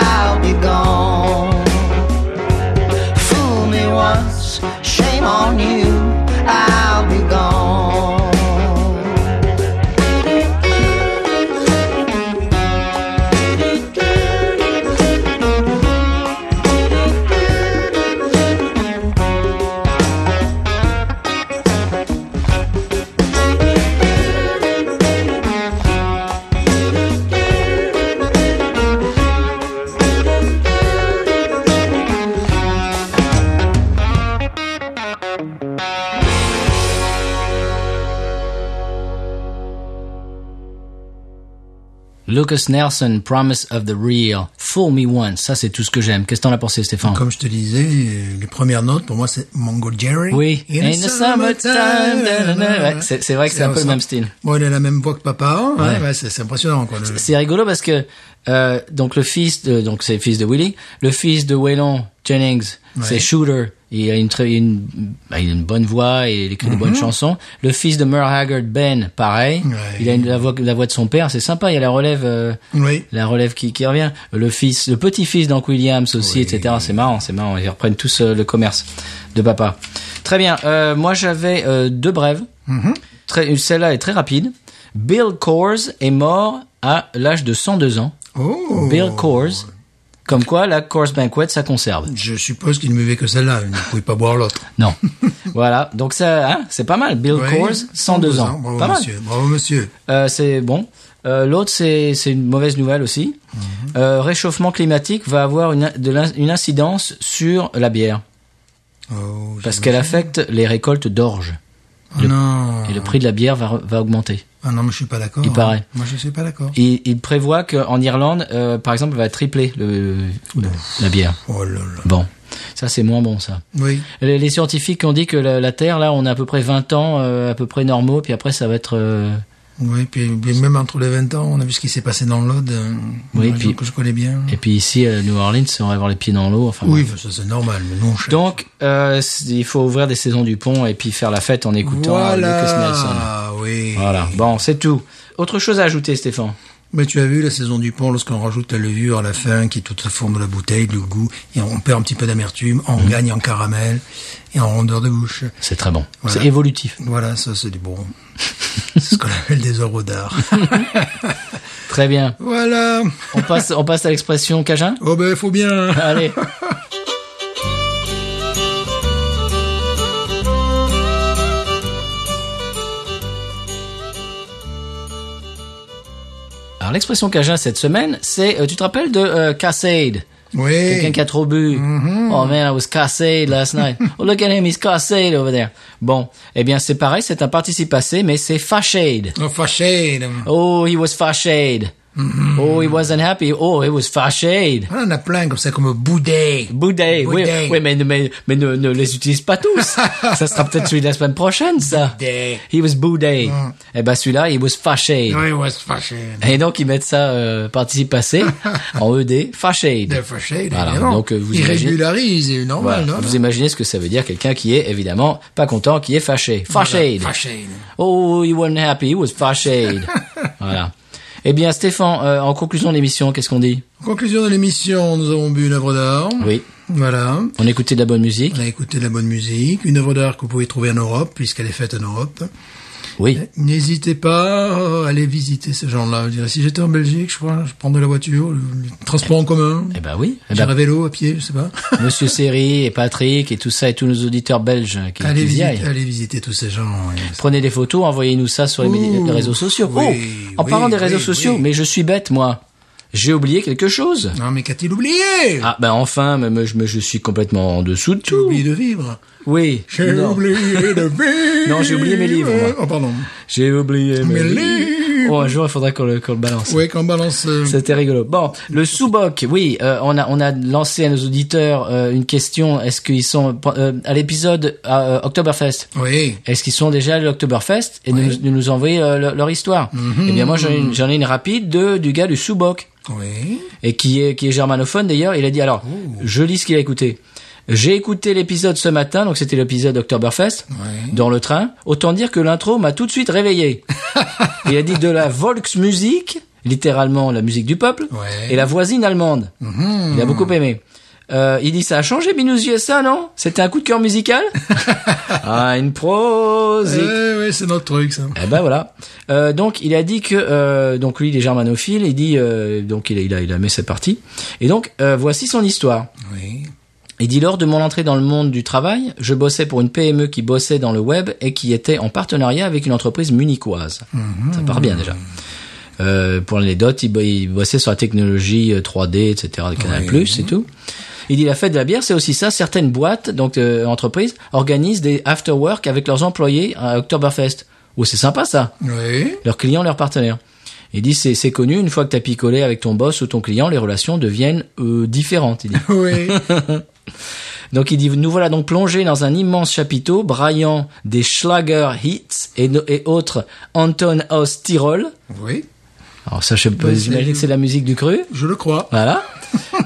I'll be gone. Fool me once, shame on you, I'll be gone.
Lucas Nelson, Promise of the Real, Fool Me Once. Ça, c'est tout ce que j'aime. Qu'est-ce que t'en as pensé, Stéphane
Comme je te disais, euh, les premières notes, pour moi, c'est Mongo Jerry.
Oui. In the summertime, da, da, da. Ouais, c'est- c'est vrai que c'est un peu le
ressemble-
même style.
Bon, il a la même voix que papa. hein. Ouais,
Ouais.
ouais, c'est c'est impressionnant. Quoi, le-
C'est rigolo parce que euh, donc le fils de donc c'est le fils de Willie, le fils de Waylon Jennings, c'est Shooter. Il a une très- une bah, il a une bonne voix et il écrit de bonnes chansons. Le fils de Merle Haggard Ben, pareil.
Mhm. Ouais.
Il a une- la voix la voix de son père, c'est sympa. Il y a la relève euh,
Oui.
la relève qui, qui revient. Le fils, le petit-fils d'Hank Williams aussi, etc. C'est marrant, c'est marrant. Ils reprennent tous euh, le commerce de papa. Très bien. Euh, moi, j'avais euh, deux brèves.
Mm-hmm.
Très- Celle-là est très rapide. Bill Coors est mort à l'âge de 102 ans.
Oh.
Bill Coors. Comme quoi, la Coors Banquet, ça conserve.
Je suppose qu'il ne buvait que celle-là. Il ne pouvait pas boire l'autre.
Non. voilà. Donc ça, hein, c'est pas mal. Bill
Oui.
Coors, 102 ans.
Bravo,
pas mal.
monsieur. Bravo, monsieur.
Euh, c'est bon. Euh, L'autre, c'est c'est une mauvaise nouvelle aussi.
Mhm.
Euh, réchauffement climatique va avoir une, de l'in- une incidence sur la bière
Oh,
parce qu'elle affecte les récoltes d'orge
Ah non.
et le prix de la bière va, va augmenter.
Ah non, mais je suis pas d'accord.
Il paraît.
Moi, je suis pas d'accord.
Et il prévoit qu'en Irlande, euh, par exemple, elle va tripler le, le- la bière.
Oh là là.
Bon, ça c'est moins bon ça.
Oui.
Les, les scientifiques ont dit que la, la Terre, là, on a à peu près 20 ans, euh, à peu près normaux, puis après ça va être... euh,
Oui, puis, puis même entre les 20 ans, on a vu ce qui s'est passé dans l'Aude. euh,
Oui,
une région
puis-
que je connais bien.
Et puis ici, à New Orleans, on va avoir les pieds dans l'eau. Enfin,
Oui, ça c'est normal, mais non, chef.
Donc, euh, c- il faut ouvrir des saisons du pont et puis faire la fête en écoutant euh, Lucas Nelson.
voilà, oui.
Voilà. Bon, c'est tout. Autre chose à ajouter, Stéphane
Mais tu as vu la saison du pont, lorsqu'on rajoute la levure à la fin, qui est toute la forme de la bouteille, le goût, et on perd un petit peu d'amertume, on
Mm.
gagne en caramel et en rondeur de bouche.
C'est très bon.
Voilà.
C'est évolutif.
Voilà, ça c'est du bon. c'est ce qu'on appelle des œuvres d'art.
Très bien.
voilà.
On passe, on passe à l'expression Cajun.
Oh ben, faut bien.
Allez. Alors l'expression Cajun cette semaine, c'est, euh, tu te rappelles de euh, Cassade Quelqu'un
Oui.
qui a trop bu.
Mm-hmm.
Oh man, I was cassé last night. Oh look at him, he's cassé over there. Bon, eh bien c'est pareil, c'est un participe passé, mais c'est fâché.
Oh, fâché. là.
Oh, he was fâché.
Mm-hmm.
Oh, he wasn't happy. Oh, he was fâché.
On en a plein comme ça, comme boudet.
Boudet, oui,
Boudet.
oui, mais, mais, mais ne, ne les utilise pas tous. ça sera peut-être celui de la semaine prochaine, ça.
Boudet. Mm.
He was boudet. Eh ben celui-là, he was fâché.
Oui, ouais, c'est fâché.
Et donc ils mettent ça euh, participe passé en E ED, fâché.
Des fâché,
Voilà,
évidemment.
donc, euh, vous
Il
imaginez-
régularise, c'est normal,
Voilà.
non
Vous imaginez ce que ça veut dire quelqu'un qui est évidemment pas content, qui est fâché. Fâché.
Fâché.
Oh, he wasn't happy, he was fâché. voilà. Eh bien, Stéphane, euh, en conclusion de l'émission, qu'est-ce qu'on dit
Conclusion de l'émission, nous avons bu une œuvre d'art.
Oui.
Voilà.
On écoutait de la bonne musique.
On a écouté de la bonne musique, une œuvre d'art que vous pouvez trouver en Europe, puisqu'elle est faite en Europe.
Oui.
N'hésitez pas euh, à aller visiter ces gens-là. Je dirais, Si j'étais en Belgique, je crois, je prendrais la voiture, le, le transport en commun,
Eh ben oui. Eh ben,
j'irais à vélo, à pied, je sais pas.
Monsieur Seri et Patrick et tout ça et tous nos auditeurs belges qui, qui
allez,
y
visiter,
aillent.
allez visiter tous ces gens. oui.
Prenez des photos, envoyez-nous ça sur les, médi-
Ouh,
les réseaux sociaux.
oui,
oh, en
oui,
parlant des
oui,
réseaux sociaux,
oui.
mais je suis bête moi. J'ai oublié quelque chose.
Non, mais qu'a-t-il oublié
Ah ben enfin, mais, mais je, mais je suis complètement en dessous de
J'ai
tout.
oublié de vivre.
Oui.
J'ai
non.
oublié de vivre.
Non, j'ai oublié mes livres, moi.
Oh, pardon.
J'ai oublié mes
Mes
livres.
livres.
Oh, un jour, il faudra qu'on le, qu'on le balance.
Oui, qu'on balance. euh,
C'était rigolo. Bon, le sous-boc, oui, euh, on a on a lancé à nos auditeurs euh, une question. Est-ce qu'ils sont euh, à l'épisode euh, Oktoberfest
Oui.
Est-ce qu'ils sont déjà à l'Oktoberfest et de
Oui. Mhm.
nous, de nous envoyer euh, leur, leur histoire Eh bien, moi, j'en ai une- j'en ai une rapide de du gars du sous-boc
Oui.
et qui est qui est germanophone d'ailleurs. Il a dit alors, je lis ce qu'il a écouté. J'ai écouté l'épisode ce matin, donc c'était l'épisode Oktoberfest,
Oui.
dans le train. Autant dire que l'intro m'a tout de suite réveillé. Il a dit de la Volksmusik, littéralement la musique du peuple,
Ouais. Mhm.
et la voisine allemande.
Hmm.
Il a beaucoup aimé. Euh, il dit ça a changé Minus USA, non C'était un coup de cœur musical Ah, une prose
Eh oui, c'est notre truc, ça.
eh ben voilà. Euh, donc il a dit que euh, donc lui il est germanophile. Il dit euh, donc il a, il a il a mis cette partie. Et donc euh, voici son histoire.
Oui.
Il dit lors de mon entrée dans le monde du travail, je bossais pour une PME qui bossait dans le web et qui était en partenariat avec une entreprise munichoise. Ça part bien déjà. Euh, pour l'anecdote, il, bo- il bossait sur la technologie euh, 3D, etc., de Canal+, et tout. Il dit la fête de la bière, c'est aussi ça. Certaines boîtes, donc euh, entreprises, organisent des after-work avec leurs employés à Oktoberfest. Oh, c'est sympa ça
Oui.
leurs clients, leurs partenaires. Il dit c'est c'est connu, une fois que t'as picolé avec ton boss ou ton client, les relations deviennent euh, différentes. Il dit.
Oui.
Donc il dit nous voilà donc plongés dans un immense chapiteau braillant des Schlager hits et, no- et autres Anton aus Tirol.
oui.
Alors ça je peux
Bah, c'est-
imaginer que c'est la musique du cru.
Je le crois.
Voilà.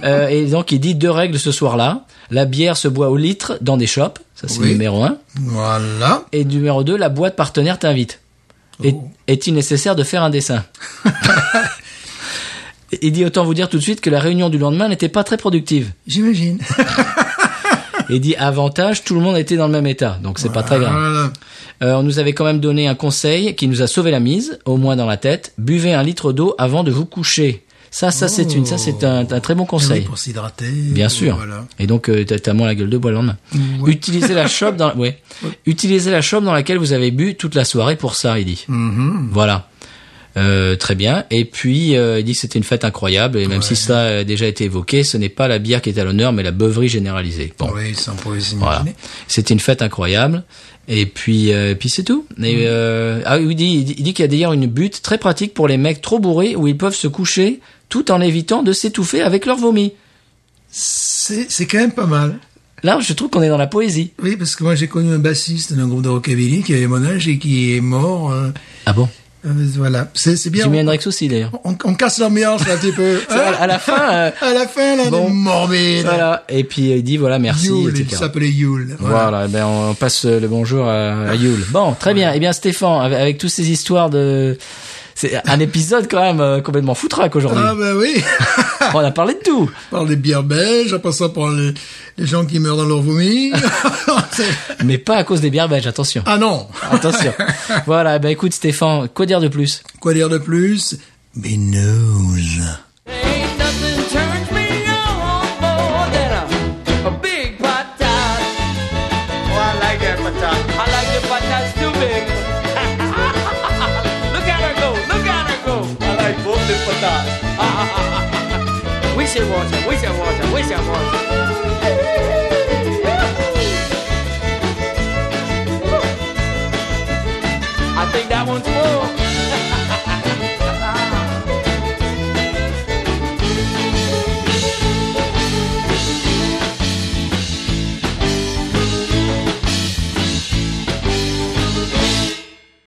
Euh, et donc il dit deux règles ce soir-là. La bière se boit au litre dans des shops, ça c'est
Oui.
numéro un.
Voilà.
Et numéro 2, la boîte partenaire t'invite. Est-
Oh.
Est-il nécessaire de faire un dessin Il dit autant vous dire tout de suite que la réunion du lendemain n'était pas très productive.
J'imagine.
Il dit avantage, tout le monde était dans le même état, donc c'est pas très grave.
Voilà.
Euh, on nous avait quand même donné un conseil qui nous a sauvé la mise, au moins dans la tête. Buvez un litre d'eau avant de vous coucher. Ça, ça c'est une, ça c'est un, un très bon
Oh. Ah Eh Oui,
conseil.
pour s'hydrater.
Bien sûr.
Voilà.
Et donc, euh, t'as t'as moins la gueule de bois le lendemain. Utilisez la chope dans, ouais. Utilisez la chope dans laquelle vous avez bu toute la soirée pour ça, il dit.
Mhm.
Voilà. Euh, très bien. Et puis, euh, il dit que c'était une fête incroyable. Et même si cela a déjà été évoqué, ce n'est pas la bière qui est à l'honneur, mais la beuverie généralisée. Bon.
Oui, ça on pouvait
Voilà.
s'imaginer.
C'était une fête incroyable. Et puis, euh, et puis c'est tout. Et, euh, ah, il dit, il dit- il dit qu'il y a d'ailleurs une butte très pratique pour les mecs trop bourrés où ils peuvent se coucher tout en évitant de s'étouffer avec leur vomi.
C'est c'est quand même pas mal.
Là, je trouve qu'on est dans la poésie.
Oui, parce que moi j'ai connu un bassiste d'un groupe de rockabilly qui avait mon âge et qui est mort. euh,
Ah bon
euh, voilà, c'est c'est bien.
Jimi Hendrix aussi d'ailleurs.
On, on casse l'ambiance un petit peu. hein.
C'est à- à la fin, euh,
à la fin, là,
Bon.
bon. morbide.
Voilà. Et puis euh, il dit voilà merci.
Yule, il
etc.
s'appelait Yule.
Voilà, eh ben on passe le bonjour à, à Yule. Bon, très bien. Eh bien Stéphane, avec, avec toutes ces histoires de, c'est un épisode quand même euh, complètement foutraque aujourd'hui.
Ah bah oui,
On a parlé de tout.
on parle des bières belges, après ça on parle des- des gens qui meurent dans leur vomi. C'est-
Mais pas à cause des bières belges, attention.
ah non,
Attention. Voilà, eh ben écoute Stéphane, quoi dire de plus
quoi dire de plus Mais news.
Ain't nothing turns me on more than a, a big pot tart. Oh, I like that pot tart. I like the pot tarts too big. look at her go, look at her go. I like both the pot tarts. we should watch her, we should watch her, we should watch her.